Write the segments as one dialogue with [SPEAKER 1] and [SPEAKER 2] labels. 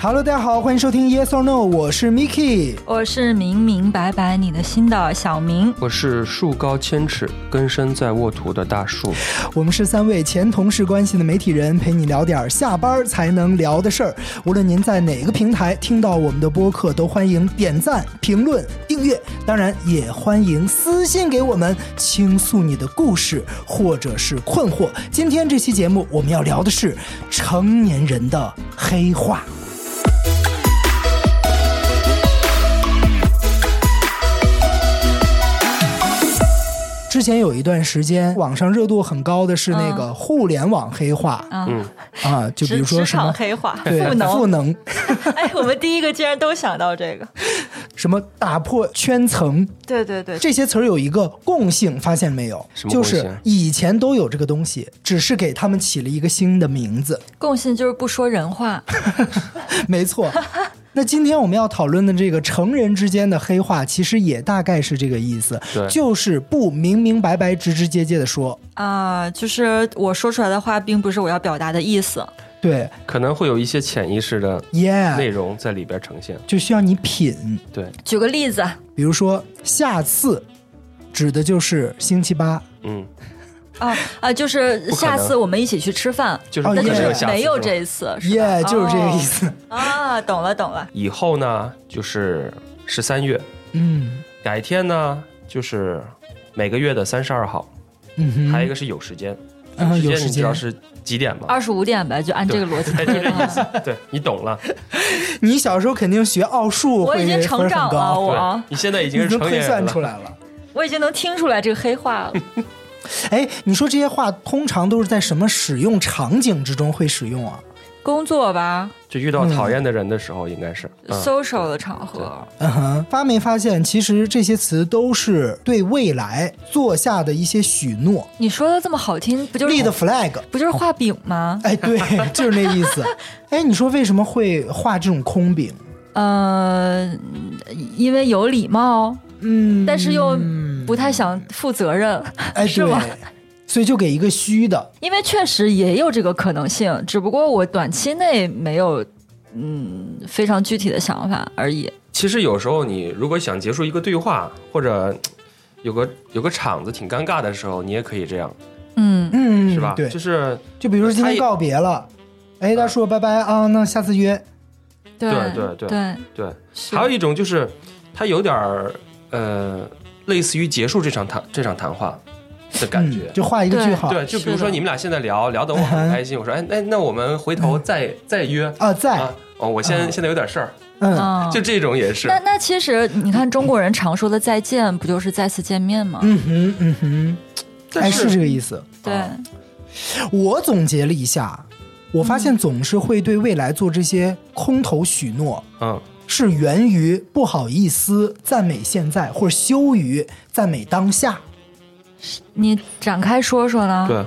[SPEAKER 1] Hello，大家好，欢迎收听 Yes or No，我是 Miki。
[SPEAKER 2] 我是明明白白你的心的小明，
[SPEAKER 3] 我是树高千尺，根深在沃土的大树。
[SPEAKER 1] 我们是三位前同事关系的媒体人，陪你聊点儿下班儿才能聊的事儿。无论您在哪个平台听到我们的播客，都欢迎点赞、评论、订阅，当然也欢迎私信给我们倾诉你的故事或者是困惑。今天这期节目我们要聊的是成年人的黑话。之前有一段时间，网上热度很高的是那个互联网黑话、
[SPEAKER 2] 嗯，
[SPEAKER 1] 啊，就比
[SPEAKER 2] 职
[SPEAKER 1] 如说
[SPEAKER 2] 职
[SPEAKER 1] 什么
[SPEAKER 2] 场黑 话，
[SPEAKER 1] 对
[SPEAKER 2] 赋
[SPEAKER 1] 赋
[SPEAKER 2] 能。
[SPEAKER 1] 能
[SPEAKER 2] 哎，我们第一个竟然都想到这个，
[SPEAKER 1] 什么打破圈层
[SPEAKER 2] 对对对，
[SPEAKER 1] 这些词儿有一个共性，发现没有？
[SPEAKER 3] 什么
[SPEAKER 1] 就
[SPEAKER 3] 共性
[SPEAKER 1] 是以前都有这个东西，只是给他们起了一个新的名字。
[SPEAKER 2] 共性就是不说人话，
[SPEAKER 1] 没 错。那今天我们要讨论的这个成人之间的黑话，其实也大概是这个意思，
[SPEAKER 3] 对
[SPEAKER 1] 就是不明明白白、直直接接的说。
[SPEAKER 2] 啊、就是我说出来的话，并不是我要表达的意思。
[SPEAKER 1] 对
[SPEAKER 3] 可能会有一些潜意识的内
[SPEAKER 1] ，Yeah，
[SPEAKER 3] 容在里边呈现。
[SPEAKER 1] 就需要你品。
[SPEAKER 3] 对，
[SPEAKER 2] 举个例子，
[SPEAKER 1] 比如说，下次指的就是星期八，
[SPEAKER 3] 嗯，
[SPEAKER 2] 啊啊，就是
[SPEAKER 3] 不可
[SPEAKER 2] 下
[SPEAKER 3] 能
[SPEAKER 2] 次我们一起去吃饭，
[SPEAKER 3] 就是
[SPEAKER 1] 哦
[SPEAKER 3] 不
[SPEAKER 2] 但
[SPEAKER 3] 可能有
[SPEAKER 2] 是
[SPEAKER 3] 下次
[SPEAKER 2] 没有
[SPEAKER 3] 是吧
[SPEAKER 2] 这一次，是吧
[SPEAKER 1] Yeah，就是这个意思。
[SPEAKER 2] 哦啊，懂了懂了，
[SPEAKER 3] 以后呢，就是十三月，
[SPEAKER 1] 嗯
[SPEAKER 3] 改天呢，就是每个月的三十二号，
[SPEAKER 1] 嗯哼，
[SPEAKER 3] 还有一个是有时间。
[SPEAKER 1] 嗯有
[SPEAKER 3] 时
[SPEAKER 1] 时
[SPEAKER 3] 间你知
[SPEAKER 1] 间
[SPEAKER 3] 道
[SPEAKER 1] 啊
[SPEAKER 3] 是几点吗？
[SPEAKER 2] 二十五点呗，就按这个逻辑
[SPEAKER 3] 哎，就
[SPEAKER 2] 推
[SPEAKER 3] 这意
[SPEAKER 2] 断。
[SPEAKER 3] 思。对你懂了，
[SPEAKER 1] 你小时候肯定学奥数，
[SPEAKER 2] 我
[SPEAKER 1] 会
[SPEAKER 2] 已经成
[SPEAKER 1] 分很
[SPEAKER 2] 长了，
[SPEAKER 1] 高，
[SPEAKER 2] 我
[SPEAKER 3] 对，你现在已经
[SPEAKER 1] 啊 你
[SPEAKER 3] 是
[SPEAKER 1] 都
[SPEAKER 3] 成
[SPEAKER 1] 推
[SPEAKER 3] 年
[SPEAKER 1] 算
[SPEAKER 3] 人
[SPEAKER 1] 出
[SPEAKER 3] 了。
[SPEAKER 1] 来了。
[SPEAKER 2] 我已经能听出来这个黑话了。
[SPEAKER 1] 哎，你说这些话通常都是在什么使用场景之中会使用啊？
[SPEAKER 2] 工作吧
[SPEAKER 3] 就遇到讨厌的人的时候，应该是。嗯
[SPEAKER 2] ，social 的场合，
[SPEAKER 1] 嗯哼，发没发现，其实这些词都是对未来做下的一些许诺，
[SPEAKER 2] 你说的这么好听，不就是
[SPEAKER 1] 立的 flag。
[SPEAKER 2] 不就是画饼吗？
[SPEAKER 1] 哎， 对，就是那意思。哎，你说为什么会画这种空饼？
[SPEAKER 2] 呃，因为有礼貌，
[SPEAKER 1] 嗯
[SPEAKER 2] 但是又不太想负责任，
[SPEAKER 1] 哎，
[SPEAKER 2] 是
[SPEAKER 1] 对
[SPEAKER 2] 吗？，
[SPEAKER 1] 所以就给一个虚的。
[SPEAKER 2] 因为确实也有这个可能性，只不过我短期内没有嗯非常具体的想法而已。
[SPEAKER 3] 其实有时候你如果想结束一个对话，或者嘖有个有个场子挺尴尬的时候，你也可以这样，
[SPEAKER 2] 嗯，
[SPEAKER 1] 嗯，
[SPEAKER 3] 是吧？
[SPEAKER 1] 对
[SPEAKER 3] 就，是
[SPEAKER 1] 就比如说今
[SPEAKER 3] 他
[SPEAKER 1] 天
[SPEAKER 3] 也
[SPEAKER 1] 告别了，哎，他说拜拜啊，那下次约。
[SPEAKER 2] 对
[SPEAKER 3] 对对
[SPEAKER 2] 对，
[SPEAKER 3] 对。
[SPEAKER 2] 是
[SPEAKER 3] 还有一种就是，它有点儿呃，类似于结束这场谈这场谈话的感觉
[SPEAKER 1] 嗯。就画一个句号。
[SPEAKER 3] 对，就比如
[SPEAKER 2] 是
[SPEAKER 3] 说
[SPEAKER 2] 的
[SPEAKER 3] 你们俩现在聊聊得我很开心，我说哎，那那我们回头再再约
[SPEAKER 1] 啊，在
[SPEAKER 3] 啊。哦，我现
[SPEAKER 1] 啊
[SPEAKER 3] 现在有点事儿，
[SPEAKER 1] 嗯
[SPEAKER 2] 嗯
[SPEAKER 3] 就这种也是
[SPEAKER 2] 那。那其实你看中国人常说的再见，不就是再次见面吗？
[SPEAKER 1] 嗯哼嗯哼，哎，
[SPEAKER 3] 但
[SPEAKER 1] 是这个意思。
[SPEAKER 2] 对，
[SPEAKER 3] 啊
[SPEAKER 1] 我总结了一下，我发现总是会对未来做这些空头许诺，
[SPEAKER 3] 嗯，
[SPEAKER 1] 是源于不好意思赞美现在，或者羞于赞美当下。
[SPEAKER 2] 你展开说说呢？
[SPEAKER 3] 对，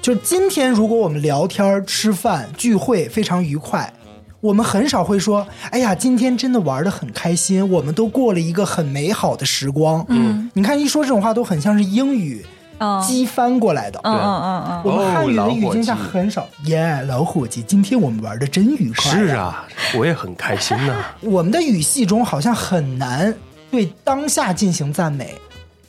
[SPEAKER 1] 就是今天，如果我们聊天儿、吃饭、聚会非常愉快，我们很少会说：“哎呀，今天真的玩得很开心，我们都过了一个很美好的时光。”
[SPEAKER 2] 嗯，
[SPEAKER 1] 你看，一说这种话都很像是英语
[SPEAKER 2] 嗯
[SPEAKER 1] 激翻过来的。
[SPEAKER 2] 嗯嗯嗯嗯，
[SPEAKER 1] 我们汉语
[SPEAKER 3] 哦
[SPEAKER 1] 的
[SPEAKER 3] 老
[SPEAKER 1] 语境下
[SPEAKER 3] 伙计
[SPEAKER 1] 很少。耶、老伙计，今天我们玩的真愉快。
[SPEAKER 3] 是，啊，我也很开心呐。
[SPEAKER 1] 我们的语系中好像很难对当下进行赞美。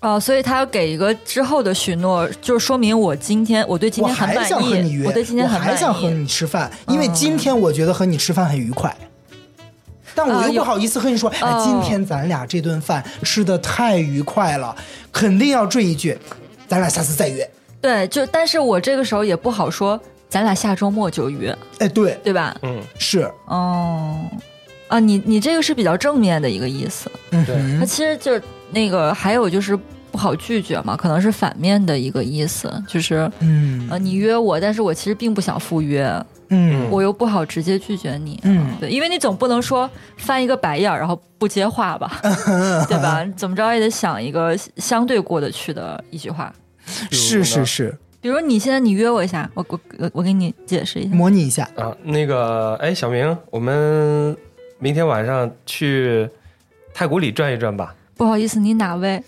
[SPEAKER 2] 哦，所以他要给一个之后的许诺，就是说明我今天我对今
[SPEAKER 1] 我
[SPEAKER 2] 天很
[SPEAKER 1] 还
[SPEAKER 2] 满
[SPEAKER 1] 想和你
[SPEAKER 2] 意，嗯
[SPEAKER 1] 约，
[SPEAKER 2] 我对今天很
[SPEAKER 1] 还
[SPEAKER 2] 满
[SPEAKER 1] 想和
[SPEAKER 2] 意。
[SPEAKER 1] 你吃饭，因为今天我觉得和你吃饭很愉快。但我
[SPEAKER 2] 啊
[SPEAKER 1] 又不
[SPEAKER 2] 有
[SPEAKER 1] 好意思和你说，哎
[SPEAKER 2] 哦，
[SPEAKER 1] 今天咱俩这顿饭吃的太愉快了，肯定要追一句，咱俩下次再约。
[SPEAKER 2] 对，就但是我这个时候也不好说，咱俩下周末就约，
[SPEAKER 1] 哎，对，
[SPEAKER 2] 对吧？
[SPEAKER 3] 嗯，
[SPEAKER 1] 是，
[SPEAKER 2] 哦，啊，你你这个是比较正面的一个意思，
[SPEAKER 1] 嗯
[SPEAKER 3] 对
[SPEAKER 2] 那、
[SPEAKER 1] 哼，
[SPEAKER 2] 其实就是那个还有就是不好拒绝嘛，可能是反面的一个意思，就是。
[SPEAKER 1] 嗯
[SPEAKER 2] 呃，你约我，但是我其实并不想赴约，
[SPEAKER 1] 嗯
[SPEAKER 2] 我又不好直接拒绝你，啊
[SPEAKER 1] 嗯，
[SPEAKER 2] 对，因为你总不能说翻一个白眼儿，然后不接话 吧， 对吧？怎么着也得想一个相对过得去的一句话。
[SPEAKER 1] 是是是，
[SPEAKER 2] 比如你现在你约我一下，我我我我给你解释一下。
[SPEAKER 1] 模拟一下，
[SPEAKER 3] 啊，那个，哎，小明，我们明天晚上去太古里转一转吧。
[SPEAKER 2] 不好意思，你哪位？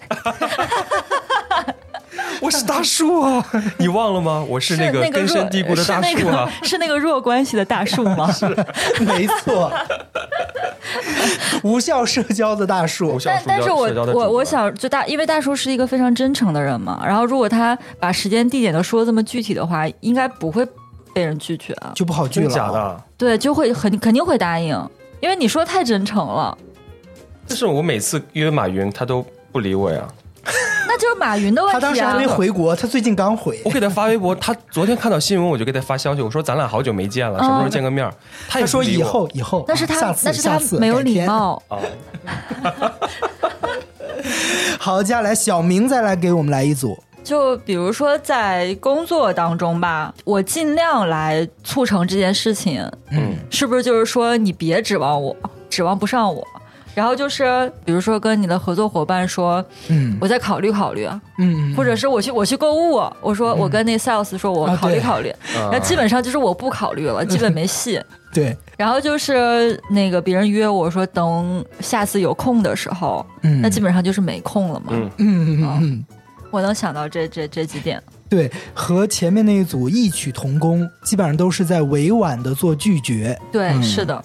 [SPEAKER 3] 我是大树啊， 你忘了吗？我是那个
[SPEAKER 2] 那个
[SPEAKER 3] 根
[SPEAKER 2] 弱
[SPEAKER 3] 深蒂固的大
[SPEAKER 2] 是
[SPEAKER 3] 树
[SPEAKER 2] 那
[SPEAKER 3] 啊
[SPEAKER 2] 个。 是那个弱关系的大树 吗？
[SPEAKER 1] 没错，无效社交的大树
[SPEAKER 3] 我，想
[SPEAKER 2] 但
[SPEAKER 3] 社
[SPEAKER 2] 但
[SPEAKER 3] 交
[SPEAKER 2] 是我
[SPEAKER 3] 社交的
[SPEAKER 2] 我
[SPEAKER 3] 主
[SPEAKER 2] 我
[SPEAKER 3] 播
[SPEAKER 2] 想就大，因为大叔是一个非常真诚的人嘛，然后如果他把时间地点都说这么具体的话，应该不会被人拒绝啊。
[SPEAKER 1] 就不好聚
[SPEAKER 3] 真
[SPEAKER 1] 了。
[SPEAKER 3] 假？的？
[SPEAKER 2] 对，就会很肯定会答应，因为你说太真诚了，
[SPEAKER 3] 就是我每次约马云，他都不理我呀。
[SPEAKER 2] 那就是马云的问题啊。
[SPEAKER 1] 他当时还没回国，他最近刚回
[SPEAKER 3] 我。给他发微博，他昨天看到新闻，我就给他发消息，我说咱俩好久没见了，
[SPEAKER 2] 嗯
[SPEAKER 3] 什么时候见个面儿？他
[SPEAKER 1] 他
[SPEAKER 3] 也不
[SPEAKER 1] 说
[SPEAKER 3] 理
[SPEAKER 1] 以
[SPEAKER 3] 我
[SPEAKER 1] 后以后，
[SPEAKER 2] 那是
[SPEAKER 1] 啊
[SPEAKER 2] 他
[SPEAKER 1] 下，次
[SPEAKER 2] 那是
[SPEAKER 1] 下
[SPEAKER 2] 他
[SPEAKER 1] 次
[SPEAKER 2] 没有
[SPEAKER 1] 改
[SPEAKER 2] 礼
[SPEAKER 1] 天
[SPEAKER 2] 貌。
[SPEAKER 3] 啊，
[SPEAKER 1] 好，接下来小明再来给我们来一组，
[SPEAKER 2] 就比如说在工作当中吧，我尽量来促成这件事情，
[SPEAKER 3] 嗯，
[SPEAKER 2] 是不是就是说你别指望我，指望不上我？然后就是比如说跟你的合作伙伴说，
[SPEAKER 1] 嗯
[SPEAKER 2] 我再考虑考虑啊，
[SPEAKER 1] 嗯，
[SPEAKER 2] 或者是我去我去购物，啊我说我跟那 sales 说我
[SPEAKER 1] 啊
[SPEAKER 2] 考虑
[SPEAKER 1] 对嗯
[SPEAKER 2] 考虑，
[SPEAKER 3] 啊
[SPEAKER 2] 那基本上就是我不考虑了，基本没戏。
[SPEAKER 1] 对，
[SPEAKER 2] 然后就是那个别人约我说等下次有空的时候，
[SPEAKER 1] 嗯，
[SPEAKER 2] 那基哦本上就是没空了嘛。
[SPEAKER 3] 嗯
[SPEAKER 1] 嗯嗯嗯嗯。
[SPEAKER 2] 我能想到这这这几点，
[SPEAKER 1] 对，和前面那一组异曲同工，基本上都是在委婉的做拒绝。
[SPEAKER 2] 对，
[SPEAKER 1] 嗯
[SPEAKER 2] 是的。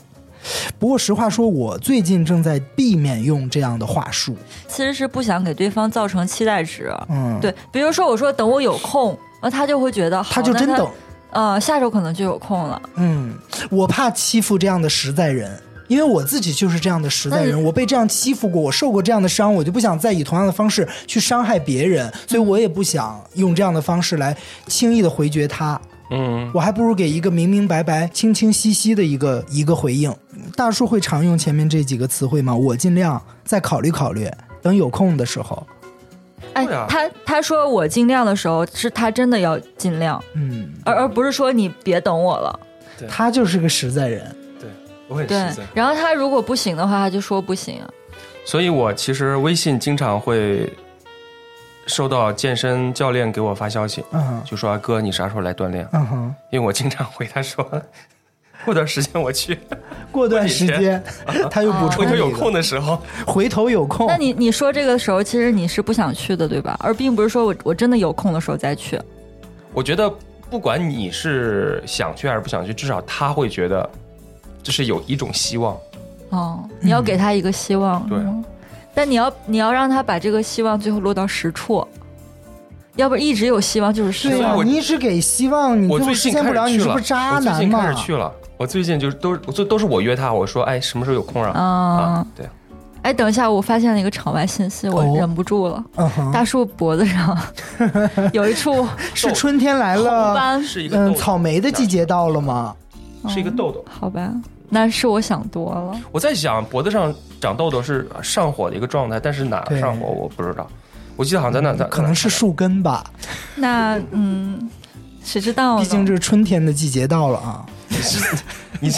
[SPEAKER 1] 不过实话说，我最近正在避免用这样的话术。
[SPEAKER 2] 其实是不想给对方造成期待值。
[SPEAKER 1] 嗯，，
[SPEAKER 2] 对，比如说我说等我有空，那他就会觉得好
[SPEAKER 1] 他就真，
[SPEAKER 2] 那
[SPEAKER 1] 等。
[SPEAKER 2] 呃，下周可能就有空了。
[SPEAKER 1] 嗯，我怕欺负这样的实在人，因为我自己就是这样的实在
[SPEAKER 2] 那
[SPEAKER 1] 人，我被这样欺负过，我受过这样的伤，我就不想再以同样的方式去伤害别人，所以我也不想用这样的方式来轻易的回绝他。
[SPEAKER 3] 嗯，
[SPEAKER 1] 我还不如给一个明明白白、清清晰晰的一个 一个回应。大叔会常用前面这几个词汇吗？我尽量再考虑考虑，等有空的时候。
[SPEAKER 2] 哎
[SPEAKER 3] 对啊，
[SPEAKER 2] 他他说我尽量的时候，是他真的要尽量，
[SPEAKER 1] 嗯，
[SPEAKER 2] 而而不是说你别等我了。
[SPEAKER 1] 他就是个实在人。
[SPEAKER 3] 我很
[SPEAKER 2] 对
[SPEAKER 3] 实在，。
[SPEAKER 2] 然后他如果不行的话，他就说不行。
[SPEAKER 3] 所以我其实微信经常会收到健身教练给我发消息，
[SPEAKER 1] 嗯哼
[SPEAKER 3] 就说哥，你啥时候来锻炼？
[SPEAKER 1] 嗯哼，
[SPEAKER 3] 因为我经常回他说， 过段时间我去，
[SPEAKER 1] 过段时间 他又补充
[SPEAKER 3] 回
[SPEAKER 1] 了一
[SPEAKER 3] 头
[SPEAKER 1] 个
[SPEAKER 3] 有空，的时候。
[SPEAKER 1] 回头有空。
[SPEAKER 2] 那你你说这个时候，其实你是不想去的，对吧？而并不是说我我真的有空的时候再去。
[SPEAKER 3] 我觉得不管你是想去还是不想去，至少他会觉得这是有一种希望。
[SPEAKER 2] 哦，
[SPEAKER 1] 嗯
[SPEAKER 2] 你要给他一个希望，
[SPEAKER 3] 对
[SPEAKER 2] 是吗但你要你要让他把这个希望最后落到实处，要不一直有希望就是失
[SPEAKER 1] 对啊
[SPEAKER 3] 所
[SPEAKER 1] 呀、
[SPEAKER 3] 以
[SPEAKER 2] 望。
[SPEAKER 3] 我
[SPEAKER 1] 你一直给希望，你
[SPEAKER 3] 我
[SPEAKER 1] 最后
[SPEAKER 3] 最
[SPEAKER 1] 实
[SPEAKER 3] 近
[SPEAKER 1] 现
[SPEAKER 3] 开
[SPEAKER 1] 不了，
[SPEAKER 3] 始
[SPEAKER 1] 你
[SPEAKER 3] 去
[SPEAKER 1] 是
[SPEAKER 3] 了，
[SPEAKER 1] 不是渣
[SPEAKER 3] 我最
[SPEAKER 1] 男
[SPEAKER 3] 近开
[SPEAKER 1] 嘛
[SPEAKER 3] 始？去了。我最近就是都都都是我约他，我说哎什么时候有空啊？
[SPEAKER 2] 嗯
[SPEAKER 3] 啊，，对，
[SPEAKER 2] 哎，等一下，我发现了一个场外信息，我
[SPEAKER 1] 哦
[SPEAKER 2] 忍不住了。
[SPEAKER 1] 嗯哼，
[SPEAKER 2] 大树脖子 上有一处
[SPEAKER 1] 是春天来
[SPEAKER 2] 红
[SPEAKER 1] 了，
[SPEAKER 2] 斑，嗯
[SPEAKER 3] 是一个
[SPEAKER 1] 嗯，
[SPEAKER 3] 豆
[SPEAKER 1] 草嗯莓的季节到了吗？
[SPEAKER 3] 是一个痘痘。
[SPEAKER 2] 好吧？那是我想多了。
[SPEAKER 3] 我在想脖子上长痘痘是上火的一个状态，但是哪
[SPEAKER 1] 对嗯
[SPEAKER 3] 儿上火我不知道。我记得好像在哪，在
[SPEAKER 1] 可能是树根吧，
[SPEAKER 2] 那嗯，谁知道呢？
[SPEAKER 1] 毕竟这是春天的季节到了啊。
[SPEAKER 3] 你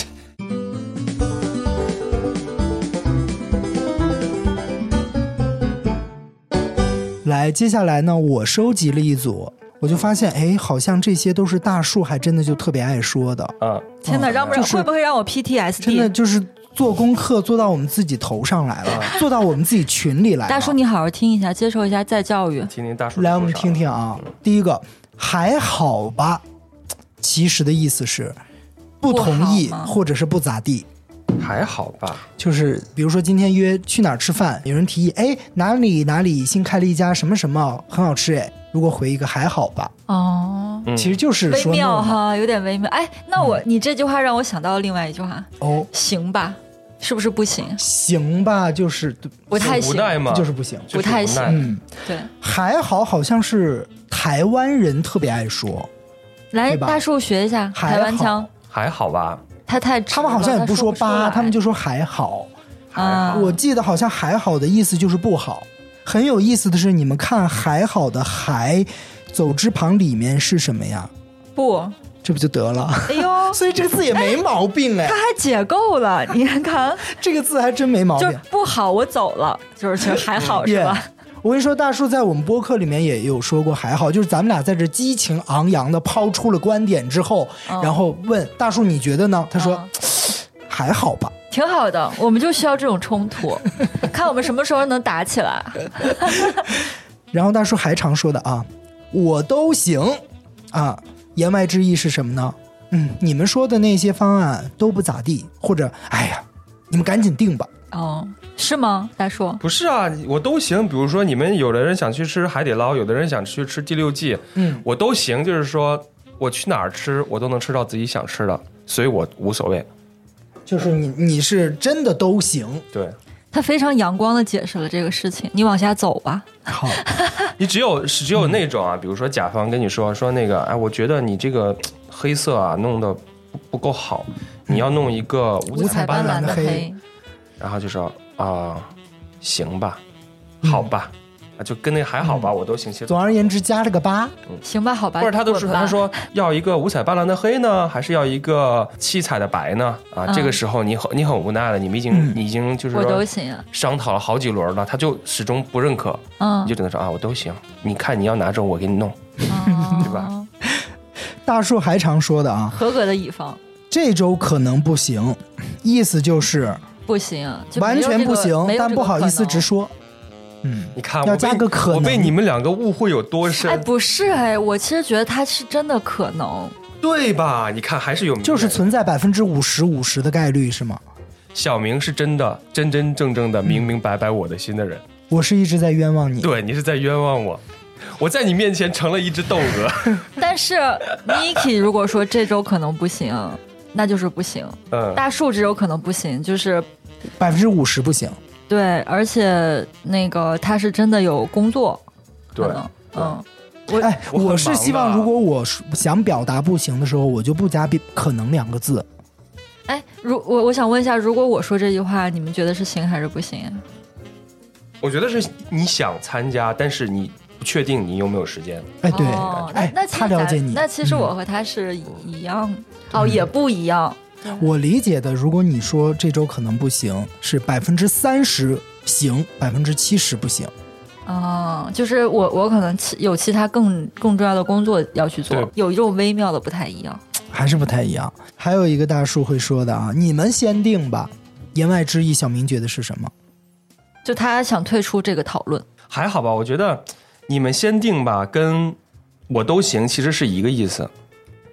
[SPEAKER 1] 来，接下来呢，我收集了一组，我就发现，哎，好像这些都是大树还真的就特别爱说的，
[SPEAKER 3] 啊，
[SPEAKER 2] 天哪，让不让、
[SPEAKER 1] 就是
[SPEAKER 2] 会不会让我
[SPEAKER 1] 真的
[SPEAKER 2] PTSD？
[SPEAKER 1] 就是做功课做到我们自己头上来了，做到我们自己群里来了。
[SPEAKER 2] 大叔，你好好听一下，接受一下再教育。
[SPEAKER 3] 听听大叔
[SPEAKER 1] 来，我们
[SPEAKER 3] 说啥
[SPEAKER 1] 听听啊。第一个，还好吧，其实的意思是不同意
[SPEAKER 2] 不好吗
[SPEAKER 1] 或者是不咋地。
[SPEAKER 3] 还好吧？
[SPEAKER 1] 就是比如说今天约去哪儿吃饭，有人提议，哎，哪里哪里新开了一家什么什么，很好吃哎。如果回一个还好吧，
[SPEAKER 2] 哦，
[SPEAKER 3] 嗯
[SPEAKER 1] 其实就是
[SPEAKER 2] 微
[SPEAKER 1] 说嗯
[SPEAKER 2] 妙啊
[SPEAKER 1] no 嘛
[SPEAKER 2] 哈，有点微妙。哎，那我、你这句话让我想到另外一句话，
[SPEAKER 1] 哦，
[SPEAKER 2] 行吧，是不是不行？
[SPEAKER 1] 行吧，就是
[SPEAKER 2] 不太
[SPEAKER 3] 无
[SPEAKER 2] 行，
[SPEAKER 3] 奈嘛，
[SPEAKER 1] 就是不行。
[SPEAKER 3] 就是
[SPEAKER 2] 不太
[SPEAKER 3] 无
[SPEAKER 2] 行
[SPEAKER 3] 奈
[SPEAKER 1] 嗯，
[SPEAKER 2] 对。
[SPEAKER 1] 还好，好像是台湾人特别爱说，
[SPEAKER 2] 来，
[SPEAKER 1] 对吧
[SPEAKER 2] 大树学一下
[SPEAKER 1] 还好
[SPEAKER 2] 台湾腔，
[SPEAKER 3] 还好吧？
[SPEAKER 2] 他太直了
[SPEAKER 1] 他们好像也不说吧，他们
[SPEAKER 2] 就
[SPEAKER 1] 就说还好。
[SPEAKER 2] 啊，
[SPEAKER 1] 我记得好像还好的意思就是不好。很有意思的是，你们看还好的还走之旁里面是什么呀？
[SPEAKER 2] 不，
[SPEAKER 1] 这不就得了？，
[SPEAKER 2] 哎呦
[SPEAKER 1] 所以这个字也没毛病哎
[SPEAKER 2] 他，还解 构了，你看看，
[SPEAKER 1] 这个字还真没毛
[SPEAKER 2] 就
[SPEAKER 1] 病
[SPEAKER 2] 是。不好，我走了，就是其实 还好是吧？
[SPEAKER 1] 我跟你说，大树在我们播客里面也有说过，还好，就是咱们俩在这激情昂扬的抛出了观点之后，
[SPEAKER 2] 嗯
[SPEAKER 1] 然后问大树你觉得呢？他说、
[SPEAKER 2] 嗯
[SPEAKER 1] 还好吧。
[SPEAKER 2] 挺好的，我们就需要这种 冲突，看我们什么时候能打起来。
[SPEAKER 1] 然后大叔还常说的啊，我都行啊。言外之意是什么呢？嗯，你们说的那些方案都不咋地，或者哎呀，你们赶紧定吧。
[SPEAKER 2] 哦，是吗，大叔？
[SPEAKER 3] 不是啊，我都行。比如说，你们有的人想去吃海底捞，有的人想去吃第六季，
[SPEAKER 1] 嗯，
[SPEAKER 3] 我都行。就是说，我去哪儿吃，我都能吃到自己想吃的，所以我无所谓。
[SPEAKER 1] 就是你你是真的都行。
[SPEAKER 3] 对
[SPEAKER 2] 他非常阳光的解释了这个事情。你往下走吧。
[SPEAKER 1] 好，
[SPEAKER 3] 你只有是只有那种啊，比如说甲方跟你说说那个，哎，我觉得你这个黑色啊弄得不不够好，你要弄一个五
[SPEAKER 1] 五
[SPEAKER 3] 彩，
[SPEAKER 1] 彩斑
[SPEAKER 2] 斑
[SPEAKER 1] 斓的
[SPEAKER 2] 的
[SPEAKER 1] 黑
[SPEAKER 2] 黑，
[SPEAKER 3] 然后就说啊、行吧，好吧，啊，就跟那个还好吧，我都行。其实
[SPEAKER 1] 总而言之，加了个八。
[SPEAKER 2] 行吧，好吧。
[SPEAKER 3] 或者他都是
[SPEAKER 2] 滚吧
[SPEAKER 3] 他说要一个五彩斑斓的黑呢，还是要一个七彩的白呢？啊，
[SPEAKER 2] 嗯
[SPEAKER 3] 这个时候你很你很无奈了，你们已经你已经就是
[SPEAKER 2] 我都
[SPEAKER 3] 说
[SPEAKER 2] 行啊，
[SPEAKER 3] 商讨了好几轮了，他就始终不认可，
[SPEAKER 2] 嗯
[SPEAKER 3] 你就只能说啊，我都行，你看你要哪种我给你弄。
[SPEAKER 2] 嗯，
[SPEAKER 3] 对吧？
[SPEAKER 1] 大树还常说的啊，
[SPEAKER 2] 合格的乙方
[SPEAKER 1] 这周可能不行，意思就是
[SPEAKER 2] 不行啊，就没
[SPEAKER 1] 完
[SPEAKER 2] 有
[SPEAKER 1] 全
[SPEAKER 2] 这
[SPEAKER 1] 不
[SPEAKER 2] 个
[SPEAKER 1] 行，
[SPEAKER 2] 没有
[SPEAKER 1] 但
[SPEAKER 2] 这
[SPEAKER 1] 不
[SPEAKER 2] 个
[SPEAKER 1] 好
[SPEAKER 2] 可
[SPEAKER 1] 意思
[SPEAKER 2] 能
[SPEAKER 1] 直说。嗯，
[SPEAKER 3] 你看，
[SPEAKER 1] 要
[SPEAKER 3] 我被
[SPEAKER 1] 加个可能
[SPEAKER 3] 我被你们两个误会有多
[SPEAKER 2] 哎，
[SPEAKER 3] 深，
[SPEAKER 2] 不是哎，我其实觉得他是真的可能，
[SPEAKER 3] 对吧？你看还是有
[SPEAKER 1] 就是
[SPEAKER 3] 明白
[SPEAKER 1] 存在百分之五十五十的概率是吗？
[SPEAKER 3] 小明是真的真真正正的明明白白我的心的人，
[SPEAKER 1] 我是一直在冤枉你。
[SPEAKER 3] 对你是在冤枉我，我在你面前成了一只窦 娥。
[SPEAKER 2] 但是 Niki 如果说这周可能不行，那就是不 行。
[SPEAKER 3] 嗯，
[SPEAKER 2] 大树这周可能不行，就是
[SPEAKER 1] 百分之五十不行。
[SPEAKER 2] 对，而且那个他是真的有工作，
[SPEAKER 3] 对
[SPEAKER 2] 可能，
[SPEAKER 3] 对
[SPEAKER 2] 嗯，
[SPEAKER 1] 哎，
[SPEAKER 3] 我很
[SPEAKER 1] 我是
[SPEAKER 3] 忙啊
[SPEAKER 1] 希望，
[SPEAKER 3] 的
[SPEAKER 1] 如果我说想表达不行的时候，我就不加“可能”两个字。
[SPEAKER 2] 哎，如我我想问一下，如果我说这句话，你们觉得是行还是不行？啊
[SPEAKER 3] 我觉得是你想参加，但是你不确定你有没有时间。
[SPEAKER 1] 哎，对，
[SPEAKER 2] 哦、那
[SPEAKER 1] 哎
[SPEAKER 2] 那，其
[SPEAKER 1] 他
[SPEAKER 2] 实
[SPEAKER 1] 了
[SPEAKER 2] 咱
[SPEAKER 1] 解你。
[SPEAKER 2] 那其实
[SPEAKER 1] 嗯
[SPEAKER 2] 我和他是一一样，哦，也不一样，
[SPEAKER 1] 我理解的，如果你说这周可能不行，是百分之三十行，百分之七十不行。
[SPEAKER 2] 哦，就是我我可能其有其他更更重要的工作要去做
[SPEAKER 3] 对，
[SPEAKER 2] 有一种微妙的不太一样。
[SPEAKER 1] 还是不太一样。还有一个大叔会说的啊，你们先定吧。言外之意，小明觉得是什么？
[SPEAKER 2] 就他想退出这个讨论，
[SPEAKER 3] 还好吧，我觉得你们先定吧，跟我都行，其实是一个意思，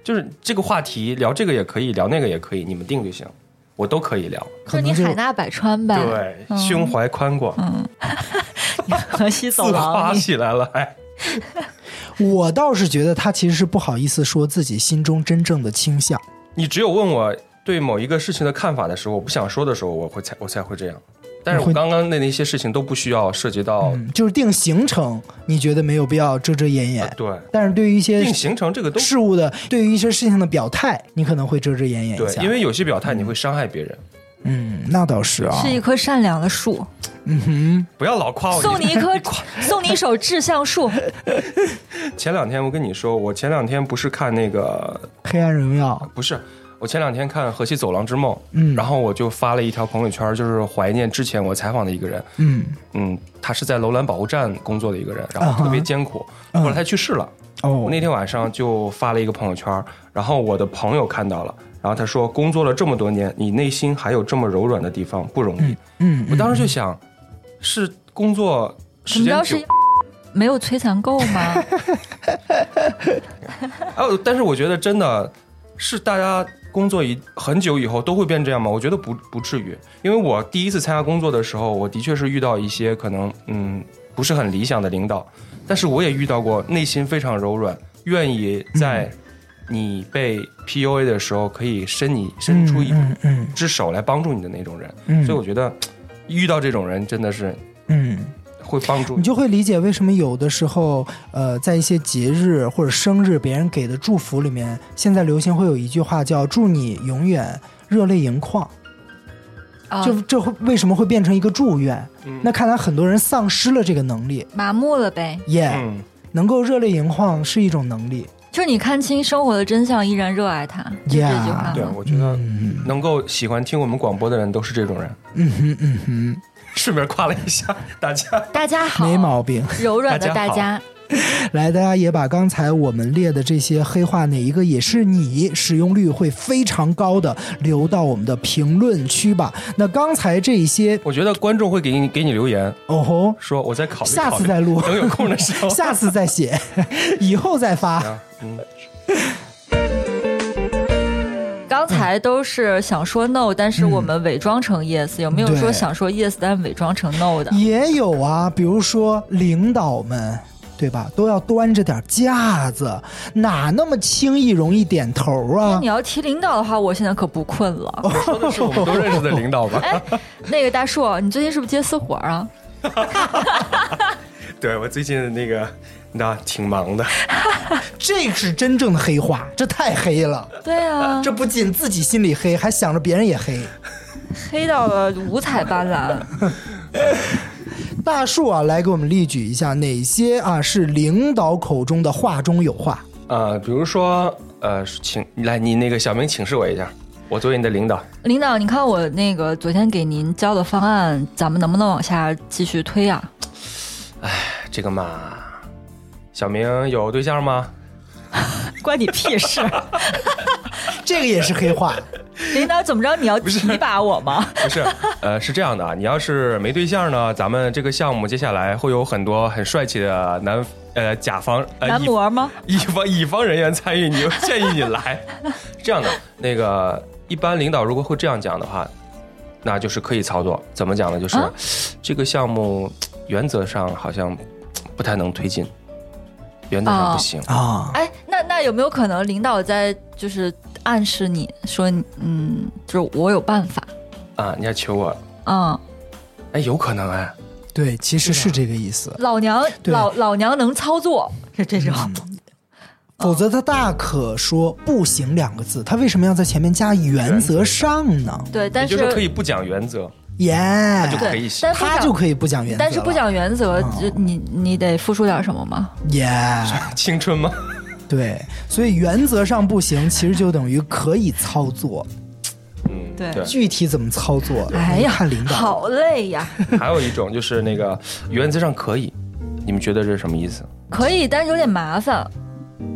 [SPEAKER 3] 就是这个话题聊这个也可以，聊那个也可以，你们定就行，我都可以聊。
[SPEAKER 2] 就
[SPEAKER 1] 可
[SPEAKER 2] 是你
[SPEAKER 1] 能就
[SPEAKER 2] 海纳百川呗，
[SPEAKER 3] 对，
[SPEAKER 2] 嗯
[SPEAKER 3] 胸怀宽广，
[SPEAKER 2] 河 西
[SPEAKER 3] 自
[SPEAKER 2] 走
[SPEAKER 3] 夸
[SPEAKER 2] 廊，
[SPEAKER 3] 起来了，哎，
[SPEAKER 1] 我倒是觉得他其实是不好意思说自己心中真正的倾向。
[SPEAKER 3] 你只有问我对某一个事情的看法的时候，我不想说的时候，我会才我才会这样。但是
[SPEAKER 1] 你会
[SPEAKER 3] 我刚刚的那些事情都不需要涉及到，
[SPEAKER 1] 嗯，就是定行程，你觉得没有必要遮遮掩掩。
[SPEAKER 3] 对，
[SPEAKER 1] 但是对于一些
[SPEAKER 3] 定行程这个都
[SPEAKER 1] 事物的，对于一些事情的表态，你可能会遮遮掩掩一
[SPEAKER 3] 对，
[SPEAKER 1] 下。
[SPEAKER 3] 因为有些表态你会伤害别人，
[SPEAKER 1] 嗯，那倒是啊
[SPEAKER 2] 是。一棵善良的树，
[SPEAKER 1] 嗯
[SPEAKER 3] 不要老哦夸我。
[SPEAKER 2] 送你一棵，送你一首志向树。
[SPEAKER 3] 前两天我跟你说，我前两天不是看那个
[SPEAKER 1] 哼，黑暗荣耀，
[SPEAKER 3] 不是，我前两天看《河西走廊之梦》，
[SPEAKER 1] 嗯
[SPEAKER 3] 然后我就发了一条朋友圈，就是怀念之前我采访的一个人，
[SPEAKER 1] 嗯，
[SPEAKER 3] 嗯，他是在楼兰保护站工作的一个人，然
[SPEAKER 1] 啊哈
[SPEAKER 3] 后特别艰苦，
[SPEAKER 1] 嗯
[SPEAKER 3] 后来他去世了。
[SPEAKER 1] 哦
[SPEAKER 3] 我，那天晚上就发了一个朋友圈，然后我的朋友看到了，然后他说：“工作了这么多年，你内心还有这么柔软的地方，不容易。
[SPEAKER 1] 嗯，
[SPEAKER 3] 我当时就想，是工作
[SPEAKER 2] 怎
[SPEAKER 3] 时
[SPEAKER 2] 么
[SPEAKER 3] 间
[SPEAKER 2] 着
[SPEAKER 3] 久
[SPEAKER 2] 是，没有摧残够吗？
[SPEAKER 3] 哦，但是我觉得真的是大家工作一很久以后都会变这样吗？我觉得不不至于，因为我第一次参加工作的时候，我的确是遇到一些可能嗯不是很理想的领导，但是我也遇到过内心非常柔软，愿意在你被 PUA 的时候可以伸你伸出一
[SPEAKER 1] 嗯嗯
[SPEAKER 3] 只手来帮助你的那种人，
[SPEAKER 1] 嗯，
[SPEAKER 3] 所以我觉得遇到这种人真的是
[SPEAKER 1] 嗯。
[SPEAKER 3] 会帮助
[SPEAKER 1] 你就会理解为什么有的时候，呃，在一些节日或者生日，别人给的祝福里面，现在流行会有一句话叫“祝你永远热泪盈眶”，
[SPEAKER 2] 啊，
[SPEAKER 1] 就这会为什么会变成一个祝愿？
[SPEAKER 3] 嗯
[SPEAKER 1] 那看来很多人丧失了这个能力，
[SPEAKER 2] 麻木了呗。
[SPEAKER 1] 耶、
[SPEAKER 3] 嗯，
[SPEAKER 1] 能够热泪盈眶是一种能力，
[SPEAKER 2] 就是你看清生活的真相，依然热爱它，就这
[SPEAKER 1] Yeah，
[SPEAKER 2] 句话
[SPEAKER 3] 对
[SPEAKER 2] 吗，
[SPEAKER 3] 我觉得
[SPEAKER 1] 嗯
[SPEAKER 3] 能够喜欢听我们广播的人都是这种人。
[SPEAKER 1] 嗯哼嗯哼，
[SPEAKER 3] 顺便夸了一下大家。
[SPEAKER 2] 大家好，
[SPEAKER 1] 没毛病。
[SPEAKER 2] 柔软的
[SPEAKER 3] 大
[SPEAKER 2] 大
[SPEAKER 3] 家好
[SPEAKER 2] 家，
[SPEAKER 1] 来，大家也把刚才我们列的这些黑话哪一个也是你使用率会非常高的，留到我们的评论区吧。那刚才这一些，
[SPEAKER 3] 我觉得观众会给你给你留言，
[SPEAKER 1] 哦吼，
[SPEAKER 3] 说我再考虑考虑，
[SPEAKER 1] 下次再录
[SPEAKER 3] 等有空的时候。
[SPEAKER 1] 下次再写，以后再发。
[SPEAKER 3] 啊嗯，
[SPEAKER 2] 刚才都是想说 no，但是我们伪装成 yes，、有没有
[SPEAKER 1] 嗯对
[SPEAKER 2] 说想说 yes 但伪装成 no 的？
[SPEAKER 1] 也有啊，比如说领导们，对吧，都要端着点架子，哪那么轻易容易点头
[SPEAKER 2] 那
[SPEAKER 1] 啊
[SPEAKER 2] 你？要提领导的话，我现在可不困了。
[SPEAKER 1] 哦
[SPEAKER 3] 说的是我们都认识的 领导吧？
[SPEAKER 1] 哎
[SPEAKER 2] 那个大树，你最近是不是接私活儿啊？
[SPEAKER 3] 对我最近那个那挺忙的，
[SPEAKER 1] 这是真正的黑话，这太黑了。
[SPEAKER 2] 对啊，
[SPEAKER 1] 这不仅自己心里黑，还想着别人也黑。
[SPEAKER 2] 黑到了五彩斑 斓。
[SPEAKER 1] 大树啊，来给我们例举一下哪些啊是领导口中的话中有话？
[SPEAKER 3] 呃，比如说呃，请来你那个小明请示我一下，我作为你的领导，
[SPEAKER 2] 领导，你看我那个昨天给您交的方案，咱们能不能往下继续 推啊？
[SPEAKER 3] 这个嘛，小明有对象吗？
[SPEAKER 2] 关你屁事！
[SPEAKER 1] 这个也是黑话。
[SPEAKER 2] 领导怎么着？你要提拔我吗？
[SPEAKER 3] 不是， 呃，是这样的啊，你要是没对象呢，咱们这个项目接下来会有很多很帅气的男呃甲方呃
[SPEAKER 2] 男
[SPEAKER 3] 乙
[SPEAKER 2] 模吗？
[SPEAKER 3] 乙方 乙方人员参与你，建议你来。 是这样的，那个一般领导如果会这样讲的话，那就是可以操作。怎么讲呢？就是、
[SPEAKER 2] 啊
[SPEAKER 3] 这个项目原则上好像不太能推进，原则上
[SPEAKER 2] 哦
[SPEAKER 3] 不行。
[SPEAKER 1] 啊，
[SPEAKER 2] 哎，那那有没有可能领导在就是暗示你说，嗯，就是我有办法，哦
[SPEAKER 3] 啊，你要求我，
[SPEAKER 2] 嗯，
[SPEAKER 3] 哎，有可能哎，
[SPEAKER 1] 对，其实是这个意思，
[SPEAKER 2] 老娘
[SPEAKER 1] 对
[SPEAKER 2] 老老娘能操作，是这种。
[SPEAKER 3] 嗯
[SPEAKER 1] 否则他大可说“不行”两个字，他为什么要在前面加“原则上”呢？
[SPEAKER 2] 对，但
[SPEAKER 3] 也
[SPEAKER 2] 是
[SPEAKER 3] 就是可以不讲原则，
[SPEAKER 1] 耶、
[SPEAKER 3] 就可
[SPEAKER 2] 对
[SPEAKER 3] 以写
[SPEAKER 2] 但不
[SPEAKER 1] 他
[SPEAKER 2] 讲
[SPEAKER 1] 就可以不讲原则了，嗯
[SPEAKER 2] 但是不讲原则，就你你得付出点什么吗？
[SPEAKER 1] 耶
[SPEAKER 3] 青春吗？
[SPEAKER 1] 对，所以原则上不行，其实就等于可以操作。
[SPEAKER 3] 嗯，
[SPEAKER 2] 对
[SPEAKER 1] 具体怎么操作？
[SPEAKER 2] 哎呀
[SPEAKER 1] 看领，导。
[SPEAKER 2] 好 累呀！
[SPEAKER 3] 还有一种就是那个原则上可以，你们觉得这是什么意思？
[SPEAKER 2] 可以，但是有点麻烦。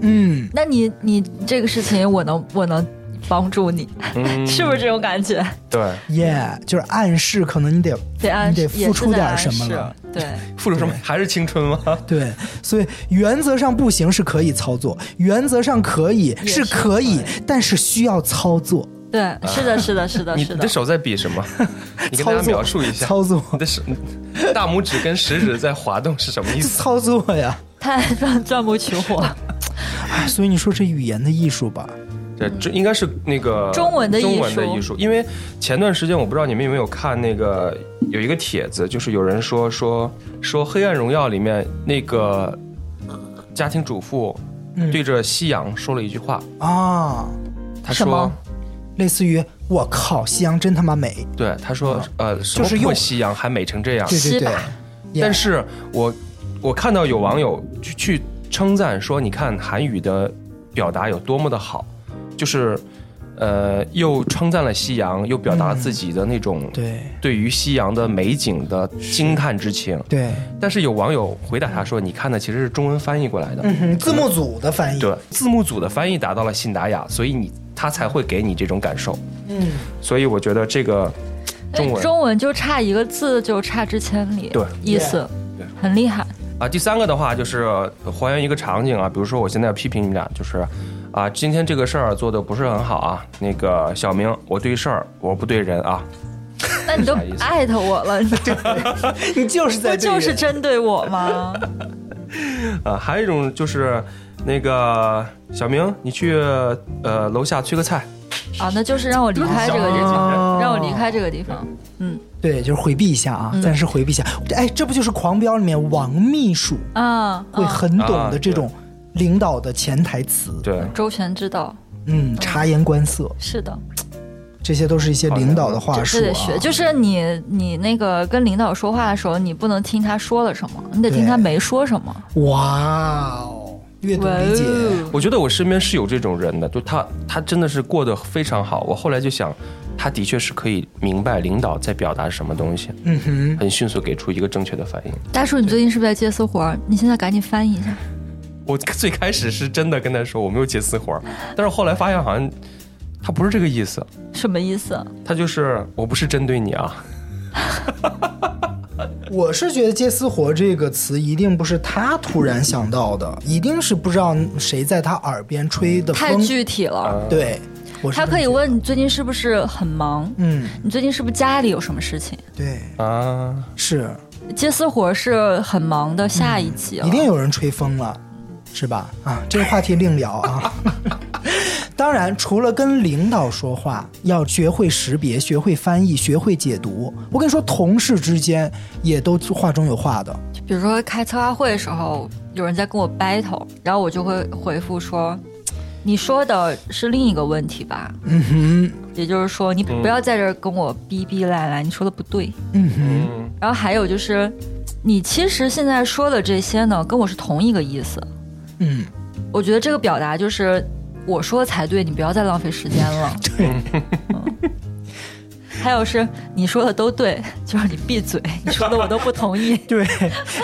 [SPEAKER 1] 嗯，
[SPEAKER 2] 那你你这个事情，我能我能帮助你，
[SPEAKER 3] 嗯，
[SPEAKER 2] 是不是这种感觉？
[SPEAKER 3] 对，
[SPEAKER 1] 耶、就是暗示，可能你得
[SPEAKER 2] 得暗
[SPEAKER 1] 你
[SPEAKER 2] 示
[SPEAKER 1] 得付出点什么了。？
[SPEAKER 2] 也是在暗示
[SPEAKER 3] 付出什么还是青春吗？
[SPEAKER 1] 对，所以原则上不行是可以操作，原则上可以
[SPEAKER 2] 也
[SPEAKER 1] 是
[SPEAKER 2] 是
[SPEAKER 1] 可以，但是需要操作，
[SPEAKER 2] 对对，是的，是的，是的，
[SPEAKER 3] 啊 你
[SPEAKER 2] 是
[SPEAKER 3] 你的
[SPEAKER 2] 的。
[SPEAKER 3] 手在比 什么？你跟大
[SPEAKER 1] 操
[SPEAKER 3] 家
[SPEAKER 1] 作
[SPEAKER 3] 描述一下，
[SPEAKER 1] 操作
[SPEAKER 3] 你的手大拇指跟食指在滑动是什么意 思？
[SPEAKER 1] 操作呀。
[SPEAKER 2] 太钻钻木取 火，
[SPEAKER 1] 哎所以你说这语言的艺术吧，
[SPEAKER 3] 对，这应该是那个
[SPEAKER 2] 中文的艺术
[SPEAKER 3] 中文的艺术。因为前段时间我不知道你们有没有看那个有一个帖子，就是有人说说说《黑暗荣耀》里面那个家庭主妇
[SPEAKER 1] 嗯
[SPEAKER 3] 对着夕阳说了一句话，
[SPEAKER 1] 啊，
[SPEAKER 3] 她
[SPEAKER 2] 什
[SPEAKER 3] 说
[SPEAKER 2] 么。
[SPEAKER 1] 类似于我靠，夕阳真他妈美，
[SPEAKER 3] 对，他说，呃，
[SPEAKER 1] 嗯
[SPEAKER 3] 什
[SPEAKER 1] 就是
[SPEAKER 3] 么
[SPEAKER 1] 用
[SPEAKER 3] 破夕阳还美成这样？
[SPEAKER 1] 对对
[SPEAKER 2] 啊是
[SPEAKER 1] 对
[SPEAKER 2] 吧，
[SPEAKER 1] 耶
[SPEAKER 3] 但是我我看到有网友去去称赞说，你看韩语的表达有多么的好，就是呃，又称赞了夕阳，又表达了自己的那种
[SPEAKER 1] 嗯对
[SPEAKER 3] 对于夕阳的美景的惊叹之情。
[SPEAKER 1] 对，
[SPEAKER 3] 但是有网友回答他说，你看的其实是中文翻译过来的，
[SPEAKER 1] 嗯哼，字幕组的翻译，
[SPEAKER 3] 对，字幕组的翻译达到了信达雅，所以你他才会给你这种感受。
[SPEAKER 1] 嗯，
[SPEAKER 3] 所以我觉得这个中文
[SPEAKER 2] 哎中文就差一个字，就差之千里，
[SPEAKER 3] 对
[SPEAKER 2] 意思
[SPEAKER 3] 对
[SPEAKER 2] 很厉害。
[SPEAKER 3] 啊，第三个的话就是呃还原一个场景啊，比如说我现在要批评你们俩，就是啊，今天这个事儿做的不是很好啊。那个小明，我对事儿，我不对人啊。
[SPEAKER 2] 那你都
[SPEAKER 3] 啥意思
[SPEAKER 2] 艾特 我了，你
[SPEAKER 1] 你就是
[SPEAKER 2] 不
[SPEAKER 1] 在对
[SPEAKER 2] 就是
[SPEAKER 1] 人
[SPEAKER 2] 针对 我吗？
[SPEAKER 3] 呃，还有一种就是那个小明，你去呃楼下催个菜。
[SPEAKER 2] 啊，那就是让我离开这个地方，
[SPEAKER 1] 哦
[SPEAKER 2] 让我离开这个地方。
[SPEAKER 1] 对，就是回避一下啊，
[SPEAKER 2] 嗯
[SPEAKER 1] 暂时回避一下。哎，这不就是《狂飙》里面王秘书
[SPEAKER 2] 啊，
[SPEAKER 1] 会
[SPEAKER 2] 啊
[SPEAKER 1] 很懂
[SPEAKER 3] 啊
[SPEAKER 1] 的这种领导的潜台词？
[SPEAKER 3] 对，
[SPEAKER 2] 周全之道，
[SPEAKER 1] 嗯，察言观色，
[SPEAKER 2] 是的，
[SPEAKER 1] 这些都是一些领导的话术
[SPEAKER 2] 这
[SPEAKER 1] 啊。
[SPEAKER 2] 得学。就是你你那个跟领导说话的时候，你不能听他说了什么，你得听他
[SPEAKER 1] 对
[SPEAKER 2] 没说什么。
[SPEAKER 1] 哇哦，阅读理解，
[SPEAKER 2] 哦
[SPEAKER 3] 我觉得我身边是有这种人的，就他他真的是过得非常好。我后来就想，他的确是可以明白领导在表达什么东西，
[SPEAKER 1] 嗯哼，
[SPEAKER 3] 很迅速给出一个正确的反应。
[SPEAKER 2] 大叔，你最近是不是在接私活儿？你现在赶紧翻译一下。
[SPEAKER 3] 我 最开始是真的跟他说我没有接私活儿，但是后来发现好像他不是这个意思，
[SPEAKER 2] 什么意思？
[SPEAKER 3] 他就是我不是针对你啊，
[SPEAKER 1] 我是觉得“接私活”这个词一定不是他突然想到的，一定是不知道谁在他耳边吹的
[SPEAKER 2] 太
[SPEAKER 1] 风。呃
[SPEAKER 2] 具体了。
[SPEAKER 1] 对，我是
[SPEAKER 2] 他
[SPEAKER 1] 这么
[SPEAKER 2] 可以
[SPEAKER 1] 觉得，
[SPEAKER 2] 问你最近是不是很忙？
[SPEAKER 1] 嗯，
[SPEAKER 2] 你最近是不是家里有什么事情？
[SPEAKER 1] 对，
[SPEAKER 3] 啊，
[SPEAKER 1] 是
[SPEAKER 2] 接私活是很忙的下一集了，
[SPEAKER 1] 嗯一定有人吹风了，是吧？啊，这个话题另聊啊。 当然，除了跟领导说话，要学会识别、学会翻译、学会解读。我跟你说，同事之间也都话中有话的。
[SPEAKER 2] 比如说开策划会的时候，有人在跟我 battle，然后我就会回复说：“你说的是另一个问题吧？
[SPEAKER 1] 嗯
[SPEAKER 2] 也就是说，你不要在这儿跟我逼逼赖赖，你说的不对。
[SPEAKER 1] 哼，嗯哼，
[SPEAKER 3] 嗯，
[SPEAKER 2] 然后还有就是，你其实现在说的这些呢，跟我是同一个意思。
[SPEAKER 1] 嗯，
[SPEAKER 2] 我觉得这个表达就是我说的才对，你不要再浪费时间了。 嗯
[SPEAKER 1] 对。
[SPEAKER 2] 还有是你说的都对，就是你闭嘴，你说的我都不同 意。
[SPEAKER 1] 对，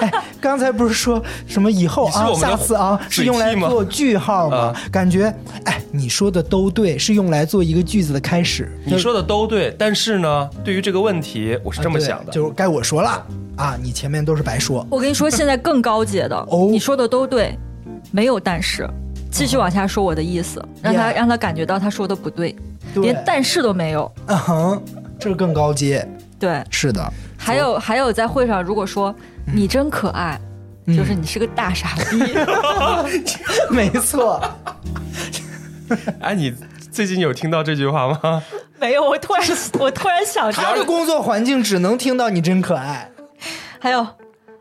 [SPEAKER 1] 哎，刚才不是说什么以后
[SPEAKER 3] 你是
[SPEAKER 1] 啊，
[SPEAKER 3] 我们的
[SPEAKER 1] 下次啊是
[SPEAKER 3] 嘴
[SPEAKER 1] 用来
[SPEAKER 3] 替吗啊
[SPEAKER 1] 做句号吗？感觉，哎，你说的都对，是用来做一个句子的开始。啊
[SPEAKER 3] 你说的都对，但是呢，对于这个问题我是这么
[SPEAKER 1] 对
[SPEAKER 3] 想的，
[SPEAKER 1] 就是该我说了啊，你前面都是白说。
[SPEAKER 2] 我跟你说，现在更高阶的，
[SPEAKER 1] 哦
[SPEAKER 2] 你说的都对，没有但是，继续往下说我的意思，让他
[SPEAKER 1] Yeah
[SPEAKER 2] 让他感觉到他说的不对，
[SPEAKER 1] 对
[SPEAKER 2] 连，但是都没有。
[SPEAKER 1] 嗯哼，这更高阶。
[SPEAKER 2] 对，
[SPEAKER 1] 是的，
[SPEAKER 2] 还有还有，在会上如果说
[SPEAKER 1] 嗯
[SPEAKER 2] 你真可爱，就是你是个大傻逼，
[SPEAKER 1] 没错。
[SPEAKER 3] 哎，你最近有听到这句话吗？
[SPEAKER 2] 没有，我突然我突然想
[SPEAKER 1] 他的
[SPEAKER 2] 着，
[SPEAKER 1] 工作环境只能听到你真可爱。
[SPEAKER 2] 还有，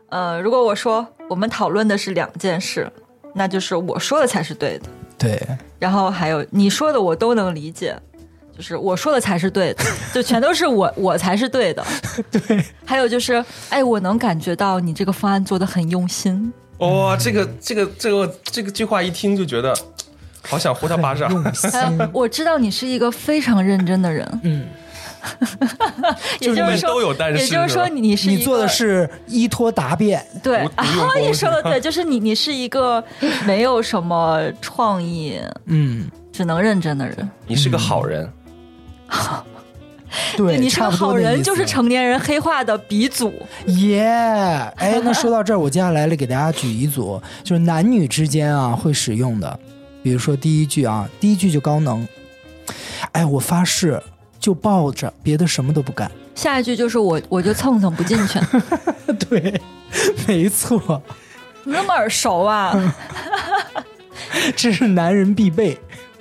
[SPEAKER 2] 呃，如果我说我们讨论的是两件事，那就是我说的才是对的，
[SPEAKER 1] 对，
[SPEAKER 2] 然后还有你说的我都能理解，就是我说的才是对 的，就全都是我我才是对的。对，还有就是，哎，我能感觉到你这个方案做的很用心，
[SPEAKER 3] 哇、这个这个这个这个句话一听就觉得好想呼他巴掌。
[SPEAKER 2] 还有我知道你是一个非常认真的人，
[SPEAKER 1] 嗯，
[SPEAKER 2] 也
[SPEAKER 3] 就是
[SPEAKER 2] 就
[SPEAKER 3] 你
[SPEAKER 2] 是
[SPEAKER 3] 们
[SPEAKER 2] 说，
[SPEAKER 3] 都有但是
[SPEAKER 2] 也就是说
[SPEAKER 3] 是吧
[SPEAKER 2] 你是 一
[SPEAKER 1] 你
[SPEAKER 2] 个
[SPEAKER 1] 做的是依托答辩。
[SPEAKER 2] 对
[SPEAKER 3] 无，
[SPEAKER 2] 然
[SPEAKER 3] 无用
[SPEAKER 2] 后
[SPEAKER 3] 功
[SPEAKER 2] 你说的对， 就是你你是一个没有什么创意，
[SPEAKER 1] 嗯，
[SPEAKER 2] 只能认真的人。
[SPEAKER 3] 你是个好人，
[SPEAKER 1] 对，
[SPEAKER 2] 你是个
[SPEAKER 1] 差不多
[SPEAKER 2] 好
[SPEAKER 1] 的
[SPEAKER 2] 人，
[SPEAKER 1] 意
[SPEAKER 2] 就是
[SPEAKER 1] 思
[SPEAKER 2] 成年人黑化的鼻祖。
[SPEAKER 1] 耶！哎，那说到这儿，我接下来来给大家举一组，就是男女之间啊会使用的，比如说第一句啊，第一句就高能，哎，我发誓就抱着，别的什么都不干。
[SPEAKER 2] 下一句就是我我就蹭蹭不进去，
[SPEAKER 1] 对， 没错，
[SPEAKER 2] 你 那么耳熟啊？
[SPEAKER 1] 嗯这是男人必备。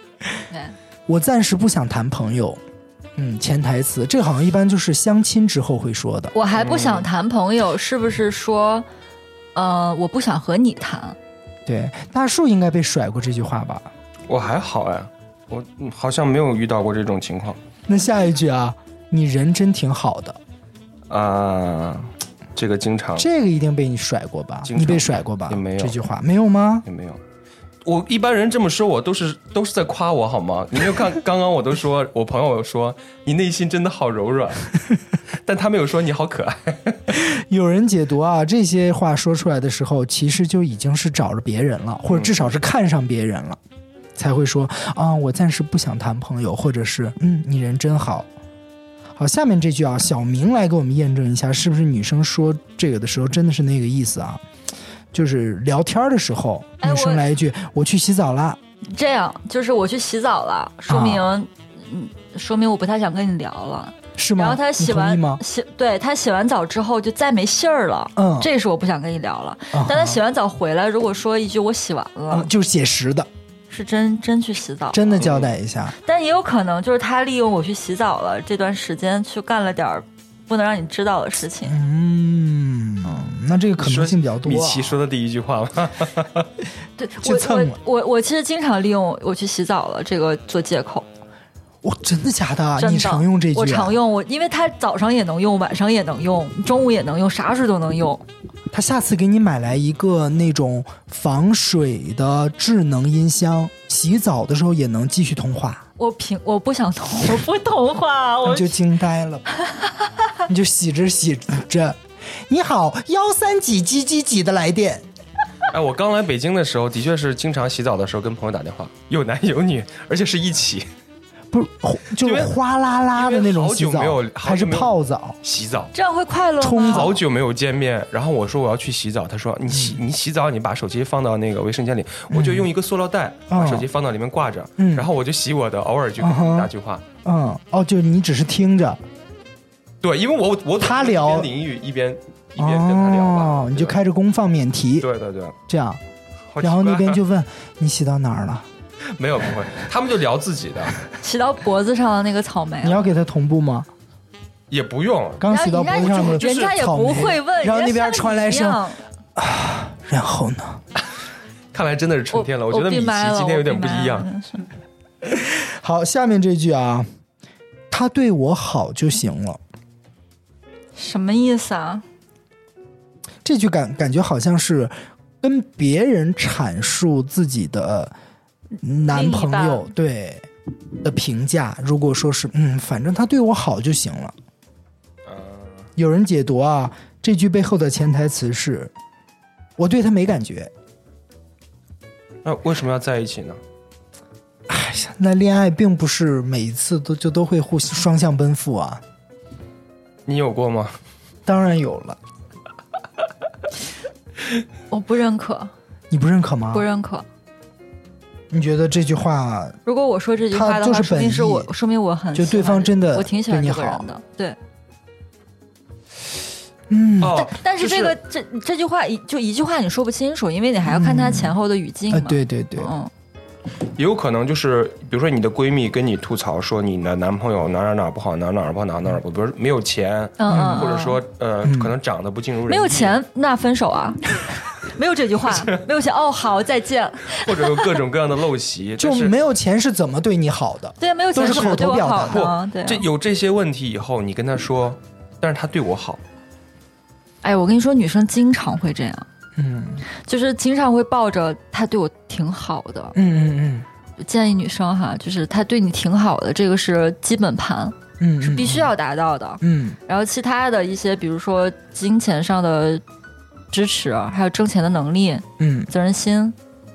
[SPEAKER 2] 对
[SPEAKER 1] 我暂时不想谈朋友，嗯，潜台词，这个好像一般就是相亲之后会说的。
[SPEAKER 2] 我还不
[SPEAKER 1] 嗯
[SPEAKER 2] 想谈朋友，是不是说，呃，我不想和你谈？
[SPEAKER 1] 对，大树应该被甩过这句话吧？
[SPEAKER 3] 我还好哎，我嗯好像没有遇到过这种情况
[SPEAKER 1] 那下一句啊，你人真挺好的。
[SPEAKER 3] 啊、这个经常
[SPEAKER 1] 这个一定被你甩过吧？
[SPEAKER 3] 经常
[SPEAKER 1] 你被甩过吧？
[SPEAKER 3] 也没有
[SPEAKER 1] 这句话没有吗？
[SPEAKER 3] 也没有。我一般人这么说我都是都是在夸我好吗？你没有看 刚刚我都说我朋友说你内心真的好 柔软，但他没有说你好可爱。
[SPEAKER 1] 有人解读啊，这些话说出来的时候，其实就已经是找着别人了，
[SPEAKER 3] 嗯
[SPEAKER 1] 或者至少是看上别人了，才会说啊，我暂时不想谈朋友，或者是嗯，你人真好。好，下面这句啊，小明来给我们验证一下，是不是女生说这个的时候真的是那个意思啊？就是聊天的时候，
[SPEAKER 2] 哎
[SPEAKER 1] 女生
[SPEAKER 2] 我
[SPEAKER 1] 来一句“我去洗澡啦
[SPEAKER 2] 这样就是我去洗澡了，说明，嗯，说明我不太想跟你聊了。”，
[SPEAKER 1] 啊是吗？
[SPEAKER 2] 然后他
[SPEAKER 1] 你
[SPEAKER 2] 洗
[SPEAKER 1] 同意
[SPEAKER 2] 完
[SPEAKER 1] 吗？
[SPEAKER 2] 洗，对他洗完澡之后就再没信儿了。
[SPEAKER 1] 嗯，
[SPEAKER 2] 这是我不想跟你聊了。
[SPEAKER 1] 啊
[SPEAKER 2] 但他洗完澡回来，如果说一句“我洗完了”，
[SPEAKER 1] 嗯就是写实的，
[SPEAKER 2] 是真真去洗澡。
[SPEAKER 1] 真的交代一下。
[SPEAKER 2] 但也有可能就是他利用我去洗澡了这段时间去干了点儿不能让你知道的事情。
[SPEAKER 1] 嗯，那这个可能性比较多、啊。
[SPEAKER 3] 米奇说的第一句话 吗？
[SPEAKER 2] 对
[SPEAKER 1] 就
[SPEAKER 2] 我
[SPEAKER 1] 蹭了
[SPEAKER 2] 我我我其实经常利用我去洗澡了这个做借口，
[SPEAKER 1] 哇，真的假的啊？
[SPEAKER 2] 真的。
[SPEAKER 1] 你常用这句、啊？
[SPEAKER 2] 我常。用，我因为它早上也能用，晚上也能用，中午也能用，啥时候都能用。
[SPEAKER 1] 他下次给你买来一个那种防水的智能音箱，洗澡的时候也能继续通话，
[SPEAKER 2] 我平我不想同我不同 化，我
[SPEAKER 3] 哦
[SPEAKER 1] 你就惊呆 了，你就洗着洗着，你好，幺三几几几几的来电，
[SPEAKER 3] 哎，我刚来北京的时候，的确是经常洗澡的时候跟朋友打电话，有男有女，而且是一起
[SPEAKER 1] 不是哗就是哗啦啦的那种洗
[SPEAKER 3] 因为
[SPEAKER 1] 澡
[SPEAKER 3] 好久没有，
[SPEAKER 1] 还是
[SPEAKER 3] 好久没有
[SPEAKER 1] 泡澡？
[SPEAKER 3] 洗澡。
[SPEAKER 2] 这样会快乐
[SPEAKER 1] 冲
[SPEAKER 2] 吗？
[SPEAKER 1] 澡
[SPEAKER 3] 好久没有见面，然后我说我要去洗澡，他说你洗你洗澡，你把手机放到那个卫生间里，我就用一个塑料袋把手机放到里面挂着，
[SPEAKER 1] 嗯
[SPEAKER 3] 然后我就洗我的，偶尔就跟
[SPEAKER 1] 嗯哼
[SPEAKER 3] 你打句话。
[SPEAKER 1] 嗯，哦，就是你只是听着，
[SPEAKER 3] 对，因为我我
[SPEAKER 1] 他聊
[SPEAKER 3] 一边淋浴一边一边跟他聊吧，
[SPEAKER 1] 哦，
[SPEAKER 3] 对
[SPEAKER 1] 你就开着功放免提，
[SPEAKER 3] 对对对，好
[SPEAKER 1] 这样，
[SPEAKER 3] 奇
[SPEAKER 1] 然后那
[SPEAKER 3] 怪
[SPEAKER 1] 边
[SPEAKER 3] 啊
[SPEAKER 1] 就问你洗到哪儿了，
[SPEAKER 3] 没有不会，他们就聊自己的，
[SPEAKER 2] 洗到脖子上的那个草莓啊，
[SPEAKER 1] 你要给他同步吗？
[SPEAKER 3] 也不用
[SPEAKER 1] 刚洗到脖子上的
[SPEAKER 2] 人家也
[SPEAKER 1] 草莓
[SPEAKER 2] 不会问，
[SPEAKER 1] 然后那
[SPEAKER 2] 人家
[SPEAKER 1] 边
[SPEAKER 2] 像
[SPEAKER 1] 传来
[SPEAKER 2] 你一
[SPEAKER 1] 声，
[SPEAKER 2] 样
[SPEAKER 1] 然后呢？
[SPEAKER 3] 看来真的是成天了。我觉得
[SPEAKER 2] 闭
[SPEAKER 3] 米奇
[SPEAKER 2] 麦了
[SPEAKER 3] 今天有点
[SPEAKER 2] 我
[SPEAKER 3] 不
[SPEAKER 2] 闭麦
[SPEAKER 3] 一样
[SPEAKER 2] 了。真是
[SPEAKER 1] 好，下面这句啊，他对我好就行了。
[SPEAKER 2] 什么意思啊？
[SPEAKER 1] 这句感感觉好像是跟别人阐述自己的男朋
[SPEAKER 2] 另一
[SPEAKER 1] 友对的评价。如果说是嗯，反正他对我好就行了。
[SPEAKER 3] 嗯
[SPEAKER 1] 有人解读啊，这句背后的潜台词是，我对他没感觉。
[SPEAKER 3] 那为什么要在一起呢？
[SPEAKER 1] 哎呀，那恋爱并不是每一次都就都会互双向奔赴啊，
[SPEAKER 3] 你有过吗？
[SPEAKER 1] 当然有了，
[SPEAKER 2] 我不认可，
[SPEAKER 1] 你不认可吗
[SPEAKER 2] 不？认可。
[SPEAKER 1] 你觉得这句话
[SPEAKER 2] 如果我说这句话的
[SPEAKER 1] 他就
[SPEAKER 2] 话，
[SPEAKER 1] 是
[SPEAKER 2] 说明是
[SPEAKER 1] 本
[SPEAKER 2] 我，说明我很
[SPEAKER 1] 就
[SPEAKER 2] 喜
[SPEAKER 1] 对
[SPEAKER 2] 欢
[SPEAKER 1] 方真的
[SPEAKER 2] 我挺喜欢
[SPEAKER 1] 对你
[SPEAKER 2] 这个
[SPEAKER 1] 好
[SPEAKER 2] 人的，对。嗯
[SPEAKER 1] 嗯
[SPEAKER 3] 哦，
[SPEAKER 2] 但是
[SPEAKER 3] 就
[SPEAKER 2] 这个这这句话一就一句话你说不清楚，因为你还要看他前后的语境
[SPEAKER 1] 呃，
[SPEAKER 2] 嘛。
[SPEAKER 1] 对对对，
[SPEAKER 2] 嗯，
[SPEAKER 3] 也有可能就是，比如说你的闺蜜跟你吐槽说你的男朋友哪哪哪不好，哪哪哪不好，哪哪哪不好，比如说没有钱，
[SPEAKER 2] 嗯嗯，
[SPEAKER 3] 或者
[SPEAKER 2] 嗯
[SPEAKER 3] 说呃
[SPEAKER 1] 嗯，
[SPEAKER 3] 可能长得不尽如人意，
[SPEAKER 2] 没有，钱那分手 啊，没有这句话，没有钱哦，好再见。
[SPEAKER 3] 或者有各种各样的陋习，
[SPEAKER 1] 就
[SPEAKER 3] 但是
[SPEAKER 1] 没有钱是怎么对你好的？
[SPEAKER 2] 对，啊没有
[SPEAKER 1] 都
[SPEAKER 2] 钱
[SPEAKER 1] 是
[SPEAKER 2] 怎么
[SPEAKER 1] 口
[SPEAKER 2] 对
[SPEAKER 1] 头
[SPEAKER 2] 我
[SPEAKER 1] 表
[SPEAKER 2] 好
[SPEAKER 1] 达
[SPEAKER 2] 呢？对啊，
[SPEAKER 3] 这有这些问题以后，你跟她说，但是她对我好，
[SPEAKER 2] 哎，我跟你说，女生经常会这样，
[SPEAKER 1] 嗯
[SPEAKER 2] 就是经常会抱着他对我挺好的。
[SPEAKER 1] 嗯嗯
[SPEAKER 2] 建议女生哈，就是他对你挺好的，这个是基本盘，
[SPEAKER 1] 嗯嗯，
[SPEAKER 2] 是必须要达到的。
[SPEAKER 1] 嗯
[SPEAKER 2] 然后其他的一些，比如说金钱上的支持，啊还有挣钱的能力、
[SPEAKER 1] 嗯
[SPEAKER 2] 责任心，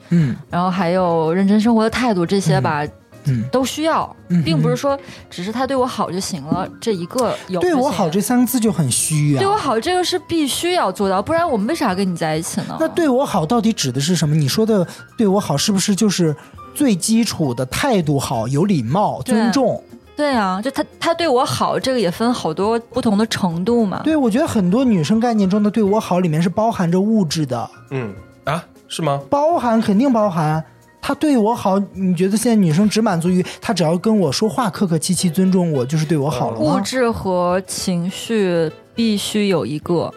[SPEAKER 1] 嗯
[SPEAKER 2] 然后还有认真生活的态度，这些吧、
[SPEAKER 1] 嗯
[SPEAKER 2] 都需要，
[SPEAKER 1] 嗯，
[SPEAKER 2] 并不是说只是他对我好就行了，这一个有
[SPEAKER 1] 对
[SPEAKER 2] 就
[SPEAKER 1] 我
[SPEAKER 2] 行
[SPEAKER 1] 好这三个字就很虚
[SPEAKER 2] 对我
[SPEAKER 1] 啊。
[SPEAKER 2] 好这个是必须要做到，不然我们为啥跟你在一起呢？
[SPEAKER 1] 那对我好到底指的是什么？你说的对我好是不是就是最基础的态度好、有礼貌、
[SPEAKER 2] 对
[SPEAKER 1] 尊重？
[SPEAKER 2] 对啊，就他他对我好，这个也分好多不同的程度嘛。
[SPEAKER 1] 对，我觉得很多女生概念中的对我好里面是包含着物质的，
[SPEAKER 3] 嗯啊，是吗？
[SPEAKER 1] 包含肯定包含。他对我好，你觉得现在女生只满足于他只要跟我说话客客气气、尊重我，就是对我好了
[SPEAKER 2] 物
[SPEAKER 1] 吗？
[SPEAKER 2] 质和情绪必须有一个，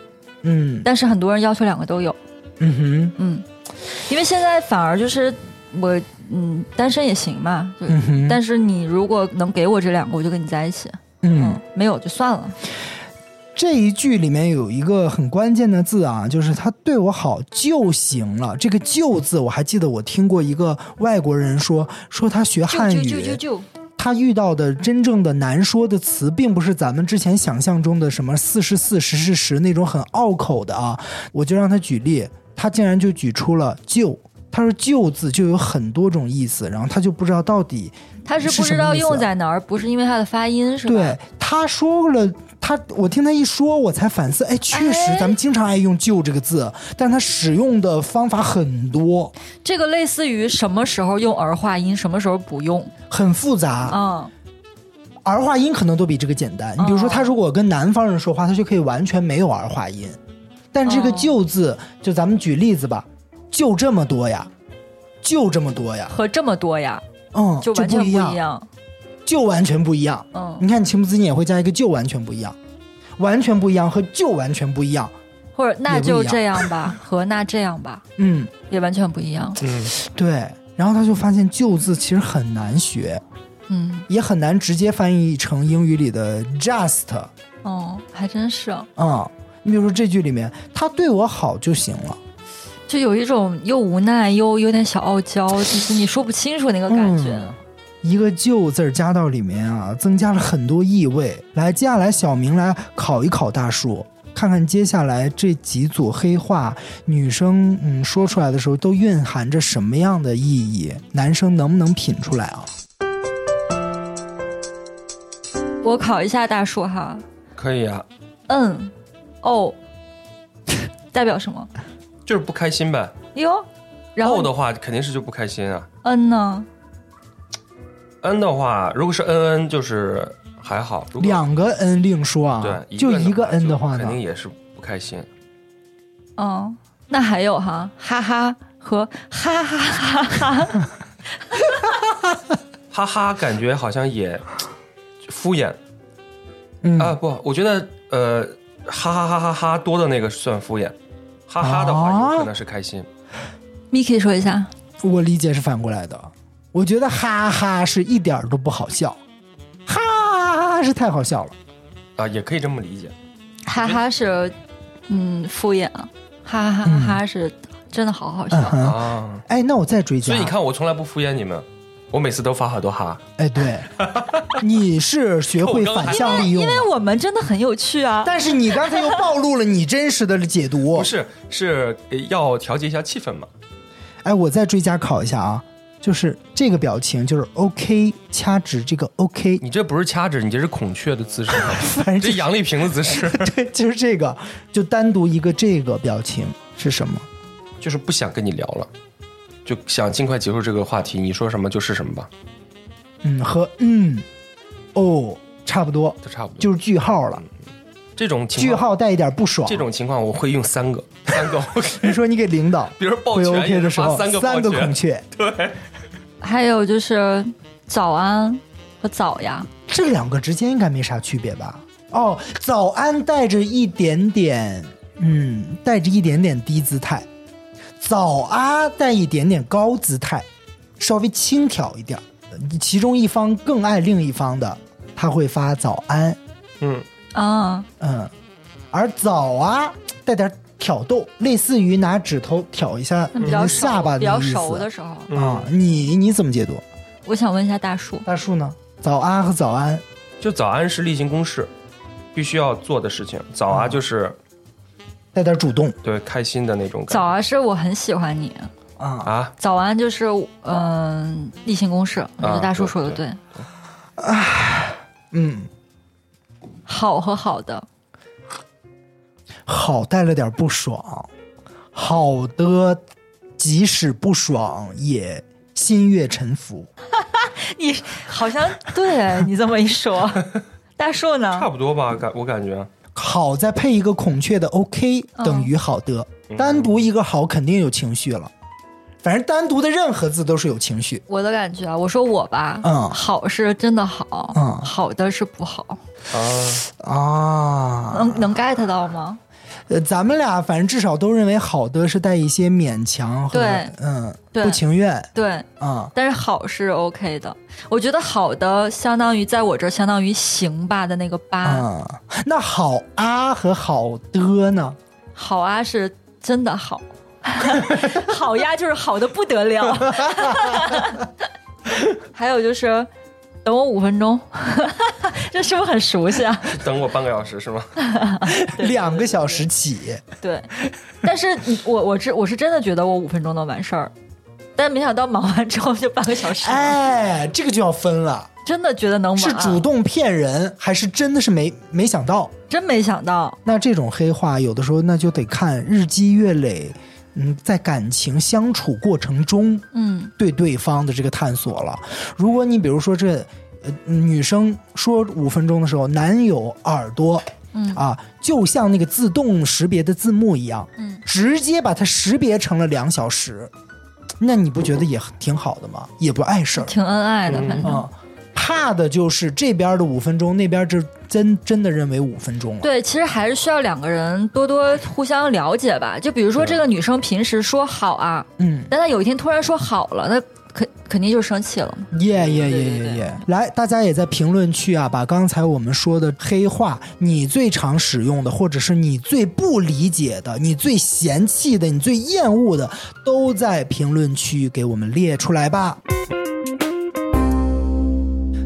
[SPEAKER 1] 嗯
[SPEAKER 2] 但是很多人要求两个都有。
[SPEAKER 1] 嗯
[SPEAKER 2] 嗯，因为现在反而就是我，嗯，单身也行嘛。就
[SPEAKER 1] 哼嗯哼，
[SPEAKER 2] 但是你如果能给我这两个，我就跟你在一起。
[SPEAKER 1] 嗯
[SPEAKER 2] 嗯，，没有就算了。
[SPEAKER 1] 这一句里面有一个很关键的字啊，就是他对我好就行了。这个“就”字，我还记得我听过一个外国人说，说他学
[SPEAKER 2] 就
[SPEAKER 1] 汉
[SPEAKER 2] 就就就
[SPEAKER 1] 语，
[SPEAKER 2] 就，
[SPEAKER 1] 他遇到的真正的难说的词，并不是咱们之前想象中的什么四十四、十是十那种很拗口的啊。我就让他举例，他竟然就举出了“就”。他说“就”字就有很多种意思，然后他就不知道到底
[SPEAKER 2] 他是
[SPEAKER 1] 是
[SPEAKER 2] 不
[SPEAKER 1] 什
[SPEAKER 2] 知
[SPEAKER 1] 么
[SPEAKER 2] 道
[SPEAKER 1] 意思啊
[SPEAKER 2] 用在哪儿，不是因为他的发音是吧？
[SPEAKER 1] 对，他说了，他我听他一说，我才反思，哎，确实
[SPEAKER 2] 哎
[SPEAKER 1] 咱们经常爱用“就”这个字，但他使用的方法很多，
[SPEAKER 2] 这个类似于什么时候用儿化音，什么时候不用。
[SPEAKER 1] 很复杂，
[SPEAKER 2] 嗯，
[SPEAKER 1] 儿化音可能都比这个简单。你比如说，
[SPEAKER 2] 哦
[SPEAKER 1] 他如果跟南方人说话，他就可以完全没有儿化音，但这个“
[SPEAKER 2] 哦
[SPEAKER 1] 就”字，就咱们举例子吧，就这么多呀，就这么多呀，
[SPEAKER 2] 和这么多呀，
[SPEAKER 1] 嗯，
[SPEAKER 2] 就
[SPEAKER 1] 就
[SPEAKER 2] 完全
[SPEAKER 1] 不
[SPEAKER 2] 不
[SPEAKER 1] 一样，
[SPEAKER 2] 样。
[SPEAKER 1] 就完全不一样。
[SPEAKER 2] 嗯，
[SPEAKER 1] 你看，你情不自禁也会加一个“就”，完全不一样，完全不一样和就完全不一样，
[SPEAKER 2] 或者那
[SPEAKER 1] 也不
[SPEAKER 2] 就
[SPEAKER 1] 一样
[SPEAKER 2] 这样吧，和那这样吧，
[SPEAKER 1] 嗯。
[SPEAKER 2] 也完全不一样。
[SPEAKER 3] 嗯，
[SPEAKER 1] 对，然后他就发现“旧”字其实很难学，
[SPEAKER 2] 嗯，
[SPEAKER 1] 也很难直接翻译成英语里的 “just” 啊、
[SPEAKER 2] 哦，还真是，
[SPEAKER 1] 嗯。你比如说这句里面，他对我好就行了，
[SPEAKER 2] 就有一种又无奈又有点小傲娇，就是你说不清楚那个感觉。
[SPEAKER 1] 嗯一个“旧”字儿加到里面啊，增加了很多意味。来，接下来小明来考一考大叔，看看接下来这几组黑话，女生嗯说出来的时候都蕴含着什么样的意义，男生能不能品出来啊？
[SPEAKER 2] 我考一下大树哈，
[SPEAKER 3] 可以啊，
[SPEAKER 2] 嗯，哦， 代表什么？
[SPEAKER 3] 就是不开心呗。
[SPEAKER 2] 哟，然
[SPEAKER 3] 后
[SPEAKER 2] 后
[SPEAKER 3] 的话肯定是就不开心啊。
[SPEAKER 2] 嗯呢？
[SPEAKER 3] 恩的话，如果是恩恩，就是还好。如果
[SPEAKER 1] 两个 n 另说啊，
[SPEAKER 3] 对
[SPEAKER 1] 就
[SPEAKER 3] 一
[SPEAKER 1] 一
[SPEAKER 3] 个
[SPEAKER 1] 个 n 的话
[SPEAKER 3] 就
[SPEAKER 1] 呢
[SPEAKER 3] 肯？定也是不开心。
[SPEAKER 2] 嗯，那还有哈，哈哈和哈哈哈哈哈，
[SPEAKER 3] 哈哈，感觉好像也敷衍
[SPEAKER 1] 嗯
[SPEAKER 3] 啊！不，我觉得呃，哈哈哈哈哈多的那个算敷衍，哈哈的话
[SPEAKER 1] 啊
[SPEAKER 3] 有可能是开心。
[SPEAKER 2] Miki 说一下，
[SPEAKER 1] 我理解是反过来的，我觉得哈哈是一点儿都不好笑，哈哈哈是太好笑了。
[SPEAKER 3] 啊，也可以这么理解。
[SPEAKER 2] 哈哈是嗯敷衍啊，哈哈哈哈是真的好好笑
[SPEAKER 1] 嗯。哼，
[SPEAKER 3] 啊，
[SPEAKER 1] 哎，那我再追加，
[SPEAKER 3] 所以你看，我从来不敷衍你们，我每次都发好多哈。
[SPEAKER 1] 哎，对，你是学会反向利用
[SPEAKER 2] 因
[SPEAKER 1] 了，
[SPEAKER 2] 为我们真的很有趣啊！
[SPEAKER 1] 但是你刚才又暴露了你真实的解读
[SPEAKER 3] 不。是，是呃要调节一下气氛嘛？
[SPEAKER 1] 哎，我再追加考一下啊，就是这个表情就是 OK 掐指这个 OK，
[SPEAKER 3] 你这不是掐指，你这是孔雀的姿势，
[SPEAKER 1] 反正
[SPEAKER 3] 这
[SPEAKER 1] 就
[SPEAKER 3] 这杨丽萍的 姿势，
[SPEAKER 1] 对，就是这个，就单独一个这个表情是什么？
[SPEAKER 3] 就是不想跟你聊了，就想尽快结束这个话题。你说什么就是什么吧，
[SPEAKER 1] 嗯，和嗯哦差不多，
[SPEAKER 3] 都差不多。
[SPEAKER 1] 就是句号了，
[SPEAKER 3] 这种情
[SPEAKER 1] 句
[SPEAKER 3] 况，
[SPEAKER 1] 号带一点不爽。
[SPEAKER 3] 这种情况我会用三个，三个 OK。
[SPEAKER 1] 你说你给领导
[SPEAKER 3] 比如抱
[SPEAKER 1] 回
[SPEAKER 3] 拳
[SPEAKER 1] OK
[SPEAKER 3] 也
[SPEAKER 1] 的
[SPEAKER 3] 是
[SPEAKER 1] 时候
[SPEAKER 3] 发，三个抱
[SPEAKER 1] 三个
[SPEAKER 3] 拳
[SPEAKER 1] 孔雀，
[SPEAKER 2] 还有就是早安和早呀，
[SPEAKER 1] 这两个之间应该没啥区别吧？哦，早安带着一点点，嗯，带着一点点低姿态，早啊带一点点高姿态，稍微轻佻一点儿。呃其中一方更爱另一方的，他会发早安，
[SPEAKER 3] 嗯，
[SPEAKER 2] 啊，
[SPEAKER 1] 嗯，而早啊带点挑逗，类似于拿指头挑一下
[SPEAKER 2] 那比
[SPEAKER 1] 人
[SPEAKER 2] 较
[SPEAKER 1] 的
[SPEAKER 2] 熟
[SPEAKER 1] 嗯下巴
[SPEAKER 2] 比
[SPEAKER 1] 意
[SPEAKER 2] 较
[SPEAKER 1] 思
[SPEAKER 2] 熟的嗯时候，
[SPEAKER 1] 啊。你你怎么解读？
[SPEAKER 2] 我想问一下大树，
[SPEAKER 1] 大树呢？早安和早安，
[SPEAKER 3] 就早安是例行公事，必须要做的事情。早
[SPEAKER 2] 嗯
[SPEAKER 3] 啊，就是
[SPEAKER 1] 带点主动
[SPEAKER 3] 对开心的那种感
[SPEAKER 2] 早
[SPEAKER 3] 觉。
[SPEAKER 2] 安是我很喜欢你，
[SPEAKER 1] 啊。
[SPEAKER 3] 啊，
[SPEAKER 2] 早安就是嗯、例行公事，我觉
[SPEAKER 1] 啊
[SPEAKER 2] 得大树说的对。
[SPEAKER 1] 嗯，
[SPEAKER 2] 好和好的，
[SPEAKER 1] 好带了点不爽，好的即使不爽也心悦诚服。
[SPEAKER 2] 你好像对你这么 一说，大树
[SPEAKER 3] 差
[SPEAKER 2] 呢？
[SPEAKER 3] 不多吧，感我感觉
[SPEAKER 1] 好再配一个孔雀的 OK
[SPEAKER 2] 嗯
[SPEAKER 1] 等于好的，单独一个好肯定有情绪了。反正单独的任何字都是有情绪。
[SPEAKER 2] 我的感觉啊，我说我吧，
[SPEAKER 1] 嗯
[SPEAKER 2] 好是真的好，
[SPEAKER 1] 嗯
[SPEAKER 2] 好的是不好，
[SPEAKER 3] 啊，
[SPEAKER 1] 啊，
[SPEAKER 2] 能能 get 到吗？
[SPEAKER 1] 呃，咱们俩反正至少都认为好的是带一些勉强和
[SPEAKER 2] 对
[SPEAKER 1] 嗯
[SPEAKER 2] 对
[SPEAKER 1] 不情愿
[SPEAKER 2] 对，
[SPEAKER 1] 啊、
[SPEAKER 2] 但是好是 OK 的，我觉得好的相当于在我这儿相当于行吧的那个八，
[SPEAKER 1] 啊。那好啊和好的呢？
[SPEAKER 2] 好啊是真的好， 好呀就是好的不得了。 还有就是，等我五分钟， 这是不是很熟悉啊？
[SPEAKER 3] 等我半个小时是吗？
[SPEAKER 1] 两个小时起，
[SPEAKER 2] 对，但是你我我是我是真的觉得我五分钟能完事儿，但没想到忙完之后就半个小时，
[SPEAKER 1] 哎，这个就要分了，
[SPEAKER 2] 真的觉得能忙，啊
[SPEAKER 1] 是主动骗人还是真的是没没想到？
[SPEAKER 2] 真没想到。
[SPEAKER 1] 那这种黑话有的时候那就得看日积月累，嗯，在感情相处过程中
[SPEAKER 2] 嗯，
[SPEAKER 1] 对对方的这个探索了。如果你比如说这。呃，女生说五分钟的时候，男友耳朵，
[SPEAKER 2] 嗯
[SPEAKER 1] 啊，就像那个自动识别的字幕一样，
[SPEAKER 2] 嗯，
[SPEAKER 1] 直接把它识别成了两小时，那你不觉得也挺好的吗？也不碍事儿，
[SPEAKER 2] 挺恩爱的，反正、
[SPEAKER 1] 啊、怕的就是这边的五分钟，那边就真真的认为五分钟了。
[SPEAKER 2] 对，其实还是需要两个人多多互相了解吧。就比如说这个女生平时说好啊，
[SPEAKER 1] 嗯，
[SPEAKER 2] 但她有一天突然说好了，那肯肯定就生气了嘛。
[SPEAKER 1] 耶耶耶
[SPEAKER 2] 对对
[SPEAKER 1] 耶
[SPEAKER 2] 对
[SPEAKER 1] 耶！来，大家也在评论区啊，把刚才我们说的黑话，你最常使用的，或者是你最不理解的、你最嫌弃的、你最厌恶的，都在评论区给我们列出来吧。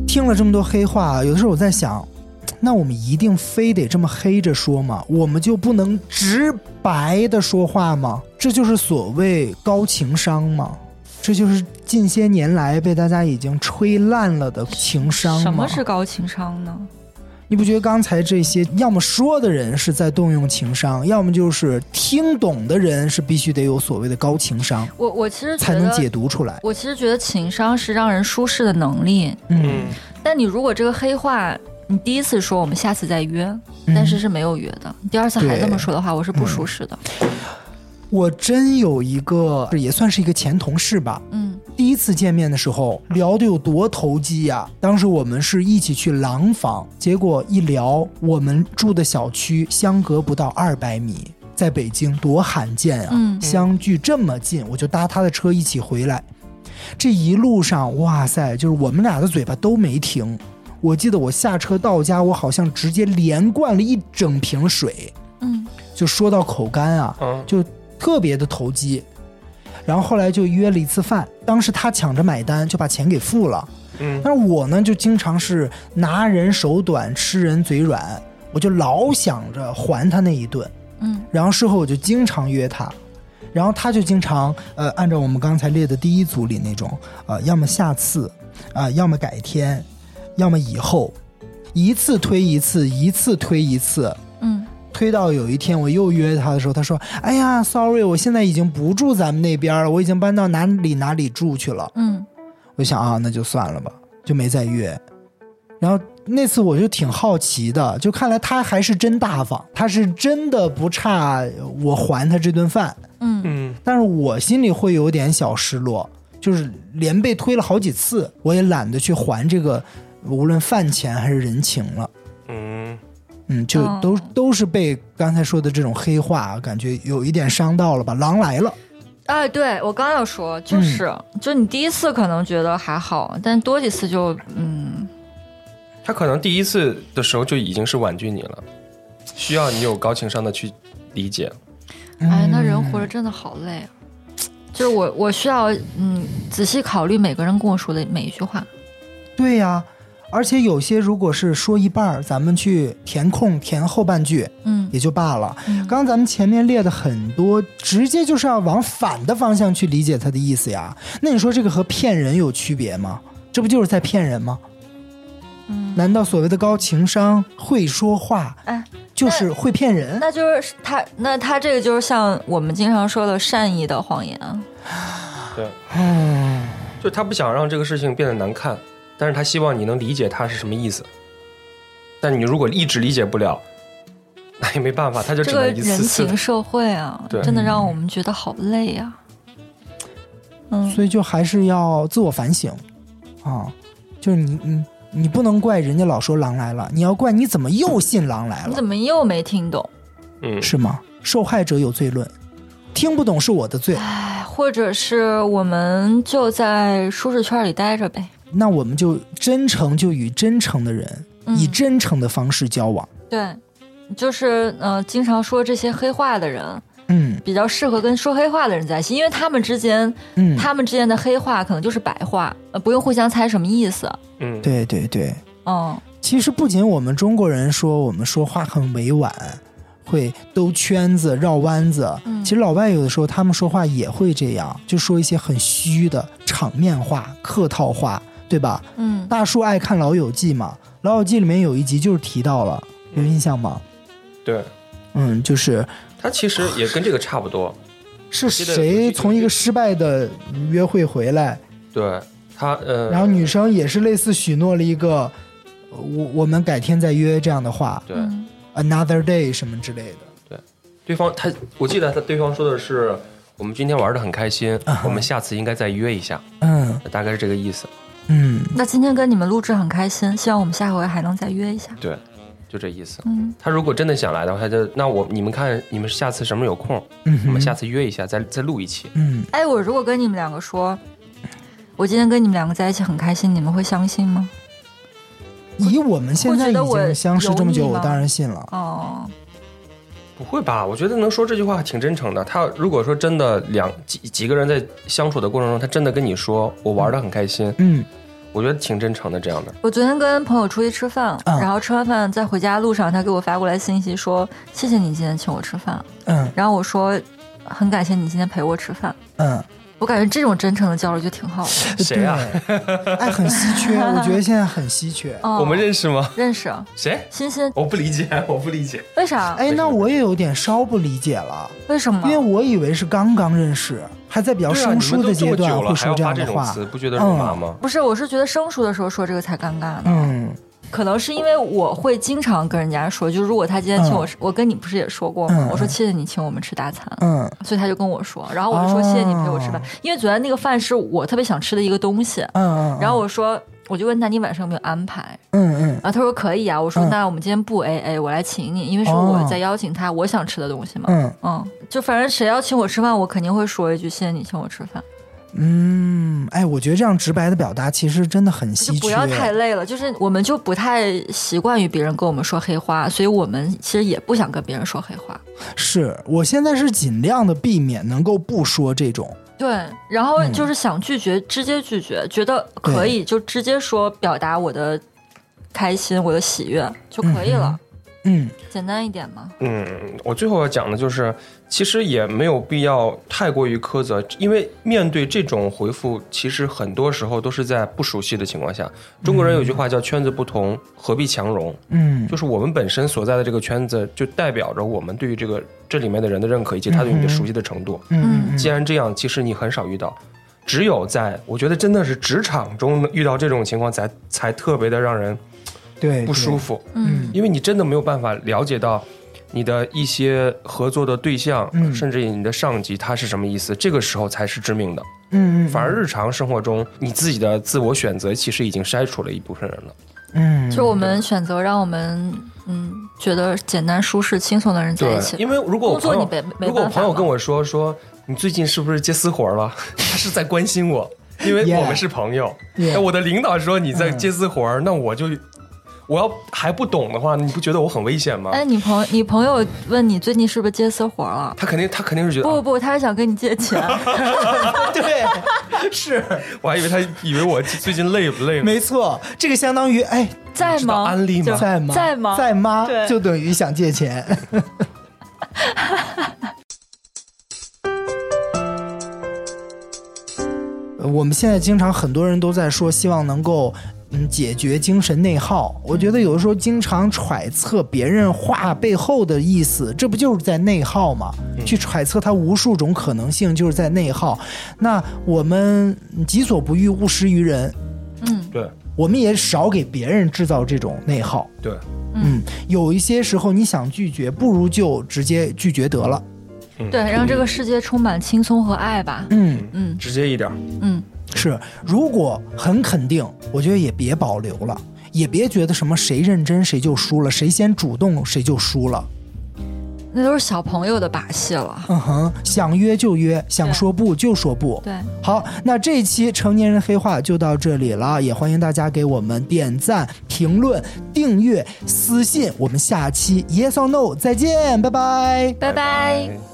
[SPEAKER 1] 听了这么多黑话，有的时候我在想，那我们一定非得这么黑着说吗？我们就不能直白的说话吗？这就是所谓高情商吗？这就是近些年来被大家已经吹烂了的情商吗？
[SPEAKER 2] 什么是高情商呢？
[SPEAKER 1] 你不觉得刚才这些，要么说的人是在动用情商，要么就是听懂的人是必须得有所谓的高情商，
[SPEAKER 2] 我我其实觉
[SPEAKER 1] 才能
[SPEAKER 2] 得，
[SPEAKER 1] 解读出来。
[SPEAKER 2] 我其实觉得情商是让人舒适的能力。
[SPEAKER 1] 嗯，
[SPEAKER 2] 但你如果这个黑话，你第一次说我们下次再约，
[SPEAKER 1] 嗯
[SPEAKER 2] 但是是没有约的，你第二次还
[SPEAKER 1] 对嗯
[SPEAKER 2] 这么说的话，我是不舒适的。
[SPEAKER 1] 我真有一个，也算是一个前同事吧。
[SPEAKER 2] 嗯
[SPEAKER 1] 第一次见面的时候聊得有多投机呀、当时我们是一起去廊坊，结果一聊，我们住的小区相隔不到二百米，在北京多罕见啊！
[SPEAKER 2] 嗯
[SPEAKER 1] 相距这么近，我就搭他的车一起回来。这一路上，哇塞，就是我们俩的嘴巴都没停。我记得我下车到家，我好像直接连灌了一整瓶水，
[SPEAKER 2] 嗯
[SPEAKER 1] 就说到口干啊。
[SPEAKER 3] 嗯
[SPEAKER 1] 就特别的投机。然后后来就约了一次饭，当时他抢着买单，就把钱给付了。
[SPEAKER 3] 嗯
[SPEAKER 1] 但是我呢，就经常是拿人手短，吃人嘴软，我就老想着还他那一顿。
[SPEAKER 2] 嗯
[SPEAKER 1] 然后事后我就经常约他，然后他就经常呃，按照我们刚才列的第一组里那种，呃，要么下次，啊、要么改天，要么以后，一次推一次，一次推一次，
[SPEAKER 2] 嗯
[SPEAKER 1] 推到有一天我又约他的时候，他说：“哎呀，sorry，我现在已经不住咱们那边了，我已经搬到哪里哪里住去了。
[SPEAKER 2] 嗯，”
[SPEAKER 1] 我想啊，那就算了吧，就没再约。然后那次我就挺好奇的，就看来他还是真大方，他是真的不差我还他这顿饭。
[SPEAKER 3] 嗯
[SPEAKER 1] 但是我心里会有点小失落，就是连被推了好几次，我也懒得去还这个，无论饭钱还是人情了。
[SPEAKER 3] 嗯，
[SPEAKER 1] 嗯，就
[SPEAKER 2] 嗯
[SPEAKER 1] 都、都是被刚才说的这种黑话，感觉有一点伤到了吧？狼来了，
[SPEAKER 2] 哎，对我刚要说，就是、就你第一次可能觉得还好，但多几次就嗯，
[SPEAKER 3] 他可能第一次的时候就已经是婉拒你了，需要你有高情商的去理解。
[SPEAKER 2] 哎，那人活着真的好累啊。就是我，我需要嗯仔细考虑每个人跟我说的每一句话。
[SPEAKER 1] 对呀、而且有些如果是说一半儿，咱们去填空填后半句
[SPEAKER 2] 嗯，
[SPEAKER 1] 也就罢了。
[SPEAKER 2] 嗯
[SPEAKER 1] 刚咱们前面列的很多，直接就是要往反的方向去理解它的意思呀。那你说这个和骗人有区别吗？这不就是在骗人吗？
[SPEAKER 2] 嗯
[SPEAKER 1] 难道所谓的高情商、会说话，
[SPEAKER 2] 哎，
[SPEAKER 1] 就是会骗人？
[SPEAKER 2] 那就是他，那他这个就是像我们经常说的善意的谎言。啊
[SPEAKER 3] 对，
[SPEAKER 1] 嗯，
[SPEAKER 3] 就他不想让这个事情变得难看，但是他希望你能理解他是什么意思。但你如果一直理解不了，那也没办法，他就
[SPEAKER 2] 这
[SPEAKER 3] 只
[SPEAKER 2] 个
[SPEAKER 3] 能一
[SPEAKER 2] 人
[SPEAKER 3] 次次
[SPEAKER 2] 情
[SPEAKER 3] 地。
[SPEAKER 2] 社会啊，
[SPEAKER 3] 对
[SPEAKER 2] 真的让我们觉得好累啊。嗯，
[SPEAKER 1] 所以就还是要自我反省啊，就是你你你不能怪人家老说狼来了，你要怪你怎么又信狼来
[SPEAKER 2] 你
[SPEAKER 1] 了，
[SPEAKER 2] 怎么又没听懂？
[SPEAKER 3] 嗯，
[SPEAKER 1] 是吗？受害者有罪论，听不懂是我的罪，
[SPEAKER 2] 哎，或者是我们就在舒适圈里待着呗。
[SPEAKER 1] 那我们就真诚就与真诚的人、
[SPEAKER 2] 嗯
[SPEAKER 1] 以真诚的方式交往。
[SPEAKER 2] 对，就是呃，经常说这些黑话的人，
[SPEAKER 1] 嗯
[SPEAKER 2] 比较适合跟说黑话的人在一起，因为他们之间，
[SPEAKER 1] 嗯，
[SPEAKER 2] 他们之间的黑话可能就是白话，呃，不用互相猜什么意思。
[SPEAKER 3] 嗯，
[SPEAKER 1] 对对对，
[SPEAKER 2] 嗯，
[SPEAKER 1] 其实不仅我们中国人说我们说话很委婉，会兜圈子绕弯子，
[SPEAKER 2] 嗯
[SPEAKER 1] 其实老外有的时候他们说话也会这样，就说一些很虚的场面话、客套话，对吧？
[SPEAKER 2] 嗯，
[SPEAKER 1] 大叔爱看《老友记》嘛，《老友记》里面有一集就是提到了，
[SPEAKER 2] 嗯
[SPEAKER 1] 有印象吗？
[SPEAKER 3] 对，
[SPEAKER 1] 嗯，就是
[SPEAKER 3] 他其实也跟这个差不多。
[SPEAKER 1] 是
[SPEAKER 3] 记得
[SPEAKER 1] 谁从一个失败的约会回来，
[SPEAKER 3] 对他，呃，
[SPEAKER 1] 然后女生也是类似许诺了一个，呃我我们改天再约这样的话
[SPEAKER 3] 对
[SPEAKER 2] 嗯
[SPEAKER 1] ，another day 什么之类的。
[SPEAKER 3] 对方，他我记得他对方说的是，我们今天玩的很开心，
[SPEAKER 1] 啊
[SPEAKER 3] 我们下次应该再约一下，
[SPEAKER 1] 嗯
[SPEAKER 3] 大概是这个意思。
[SPEAKER 1] 嗯，
[SPEAKER 2] 那今天跟你们录制很开心，希望我们下回还能再约一下。
[SPEAKER 3] 对，就这意思。
[SPEAKER 2] 嗯，
[SPEAKER 3] 他如果真的想来的话，他就那我你们看，你们下次什么时候有空，
[SPEAKER 1] 嗯哼
[SPEAKER 3] 我们下次约一下，再再录一期。
[SPEAKER 1] 嗯，
[SPEAKER 2] 哎，我如果跟你们两个说，我今天跟你们两个在一起很开心，你们会相信吗？
[SPEAKER 1] 以我们现在已
[SPEAKER 2] 会觉得我
[SPEAKER 1] 经相识这么久，
[SPEAKER 2] 油腻
[SPEAKER 1] 我
[SPEAKER 2] 吗
[SPEAKER 1] 当然信了。
[SPEAKER 2] 哦，
[SPEAKER 3] 不会吧？我觉得能说这句话挺真诚的。他如果说真的两几几个人在相处的过程中，他真的跟你说我玩的很开心，
[SPEAKER 1] 嗯
[SPEAKER 3] 我觉得挺真诚的这样的。
[SPEAKER 2] 我昨天跟朋友出去吃饭，
[SPEAKER 1] 嗯
[SPEAKER 2] 然后吃完饭在回家路上，他给我发过来信息说：“谢谢你今天请我吃饭。
[SPEAKER 1] 嗯”
[SPEAKER 2] 然后我说：“很感谢你今天陪我吃饭。
[SPEAKER 1] 嗯，”呃
[SPEAKER 2] 我感觉这种真诚的交流就挺好的。
[SPEAKER 3] 谁啊？
[SPEAKER 1] 对？哎，很稀缺，我觉得现在很稀缺。
[SPEAKER 2] 哦、
[SPEAKER 3] 我们认识吗？
[SPEAKER 2] 认识啊
[SPEAKER 3] 谁？
[SPEAKER 2] 欣欣，
[SPEAKER 3] 我不理解，我不理解。
[SPEAKER 2] 为啥？
[SPEAKER 1] 哎，那我也有点稍不理解了，
[SPEAKER 2] 为什么
[SPEAKER 1] 因？为我以为是刚刚认识，还在比较
[SPEAKER 3] 对啊，
[SPEAKER 1] 生
[SPEAKER 3] 你
[SPEAKER 1] 疏
[SPEAKER 3] 们
[SPEAKER 1] 的
[SPEAKER 3] 都这
[SPEAKER 1] 阶
[SPEAKER 3] 么
[SPEAKER 1] 段
[SPEAKER 3] 久了，
[SPEAKER 1] 会
[SPEAKER 3] 还
[SPEAKER 1] 说
[SPEAKER 3] 要
[SPEAKER 1] 这
[SPEAKER 3] 发
[SPEAKER 1] 样
[SPEAKER 3] 这
[SPEAKER 1] 的
[SPEAKER 3] 种
[SPEAKER 1] 话。
[SPEAKER 3] 词，不觉得肉麻吗？
[SPEAKER 2] 不是，我是觉得生疏的时候说这个才尴尬呢。
[SPEAKER 1] 嗯
[SPEAKER 2] 可能是因为我会经常跟人家说，就如果他今天请我吃，我跟你不是也说过吗？
[SPEAKER 1] 嗯
[SPEAKER 2] 我说谢谢你请我们吃大餐，
[SPEAKER 1] 嗯
[SPEAKER 2] 所以他就跟我说，然后我就说
[SPEAKER 1] 哦
[SPEAKER 2] 谢谢你陪我吃饭，因为昨天那个饭是我特别想吃的一个东西，
[SPEAKER 1] 嗯嗯，
[SPEAKER 2] 然后我说。我就问他你晚上有没有安排，
[SPEAKER 1] 嗯嗯
[SPEAKER 2] 然后他说可以啊。我说
[SPEAKER 1] 嗯
[SPEAKER 2] 那我们今天不 A A，我来请你，因为是
[SPEAKER 1] 哦
[SPEAKER 2] 我在邀请他我想吃的东西嘛。
[SPEAKER 1] 嗯
[SPEAKER 2] 嗯，就反正谁要请我吃饭，我肯定会说一句谢谢你请我吃饭，
[SPEAKER 1] 嗯，哎，我觉得这样直白的表达其实真的很
[SPEAKER 2] 就
[SPEAKER 1] 稀缺。
[SPEAKER 2] 不要太累了。就是我们就不太习惯于别人跟我们说黑话，所以我们其实也不想跟别人说黑话。
[SPEAKER 1] 是我现在是尽量的避免能够不说这种，
[SPEAKER 2] 对，然后就是想拒绝，直接拒绝，觉得可以就直接说表达我的开心、我的喜悦就可以了，
[SPEAKER 1] 嗯
[SPEAKER 2] 简单一点嘛。
[SPEAKER 3] 嗯，我最后要讲的就是，其实也没有必要太过于苛责，因为面对这种回复，其实很多时候都是在不熟悉的情况下。中国人有句话叫“圈子不同，何必强融”，
[SPEAKER 1] 嗯
[SPEAKER 3] 就是我们本身所在的这个圈子，就代表着我们对于这个这里面的人的认可以及他对你的熟悉的程度。
[SPEAKER 1] 嗯嗯
[SPEAKER 3] 既然这样，其实你很少遇到，只有在我觉得真的是职场中遇到这种情况才才特别的让人
[SPEAKER 1] 对，
[SPEAKER 3] 不舒
[SPEAKER 1] 对，
[SPEAKER 3] 服。
[SPEAKER 1] 嗯
[SPEAKER 3] 因为你真的没有办法了解到你的一些合作的对象，
[SPEAKER 1] 嗯
[SPEAKER 3] 甚至你的上级他是什么意思，这个时候才是致命的。
[SPEAKER 1] 嗯嗯，
[SPEAKER 3] 反而日常生活中，你自己的自我选择其实已经筛除了一部分人了。
[SPEAKER 1] 嗯，
[SPEAKER 2] 就我们选择让我们嗯觉得简单、舒适、轻松的人在一起。
[SPEAKER 3] 因为如果我
[SPEAKER 2] 工作
[SPEAKER 3] 朋
[SPEAKER 2] 你
[SPEAKER 3] 友
[SPEAKER 2] 没没
[SPEAKER 3] 如果我
[SPEAKER 2] 办法
[SPEAKER 3] 朋友跟
[SPEAKER 2] 了
[SPEAKER 3] 我说说你最近是不是接私活了，他是在关心我，因为
[SPEAKER 1] Yeah
[SPEAKER 3] 我们是朋友。
[SPEAKER 1] Yeah 嗯
[SPEAKER 3] 哎我的领导说你在接私活，那我就我要还不懂的话，你不觉得我很危险吗？
[SPEAKER 2] 哎，你朋你朋友问你最近是不是接私活了？
[SPEAKER 3] 他肯定他肯定是觉得
[SPEAKER 2] 不
[SPEAKER 3] 啊
[SPEAKER 2] 不不，他是想跟你借 钱。
[SPEAKER 1] 对，是
[SPEAKER 3] 我还以为他以为我最近累不累呢。
[SPEAKER 1] 没错，这个相当于哎，
[SPEAKER 2] 在
[SPEAKER 3] 知道
[SPEAKER 2] 吗？
[SPEAKER 3] 安利吗
[SPEAKER 2] 就
[SPEAKER 1] 在吗？
[SPEAKER 2] 在吗？
[SPEAKER 1] 在吗？
[SPEAKER 2] 对
[SPEAKER 1] 就等于想借钱。 呃我们现在经常很多人都在说，希望能够嗯解决精神内耗。我觉得有的时候经常揣测别人话背后的意思，这不就是在内耗吗？去揣测它无数种可能性，就是在内耗。那我们嗯己所不欲，勿施于人，
[SPEAKER 3] 对
[SPEAKER 1] 我们也少给别人制造这种内耗。
[SPEAKER 3] 对，
[SPEAKER 1] 嗯，有一些时候你想拒绝，不如就直接拒绝得了。
[SPEAKER 3] 嗯
[SPEAKER 2] 对，让这个世界充满轻松和爱吧。
[SPEAKER 1] 嗯，
[SPEAKER 2] 嗯
[SPEAKER 3] 直接一点儿。
[SPEAKER 2] 嗯，
[SPEAKER 1] 是，如果很肯定，我觉得也别保留了，也别觉得什么谁认真谁就输了，谁先主动谁就输了。
[SPEAKER 2] 那都是小朋友的把戏了。
[SPEAKER 1] 嗯哼，想约就约，想
[SPEAKER 2] 对
[SPEAKER 1] 说不就说不。
[SPEAKER 2] 对。
[SPEAKER 1] 好，那这一期成年人黑话就到这里了，也欢迎大家给我们点赞、评论、订阅、私信。我们下期 Yes or No 再见，拜拜。
[SPEAKER 2] 拜拜。
[SPEAKER 1] 哎
[SPEAKER 3] 拜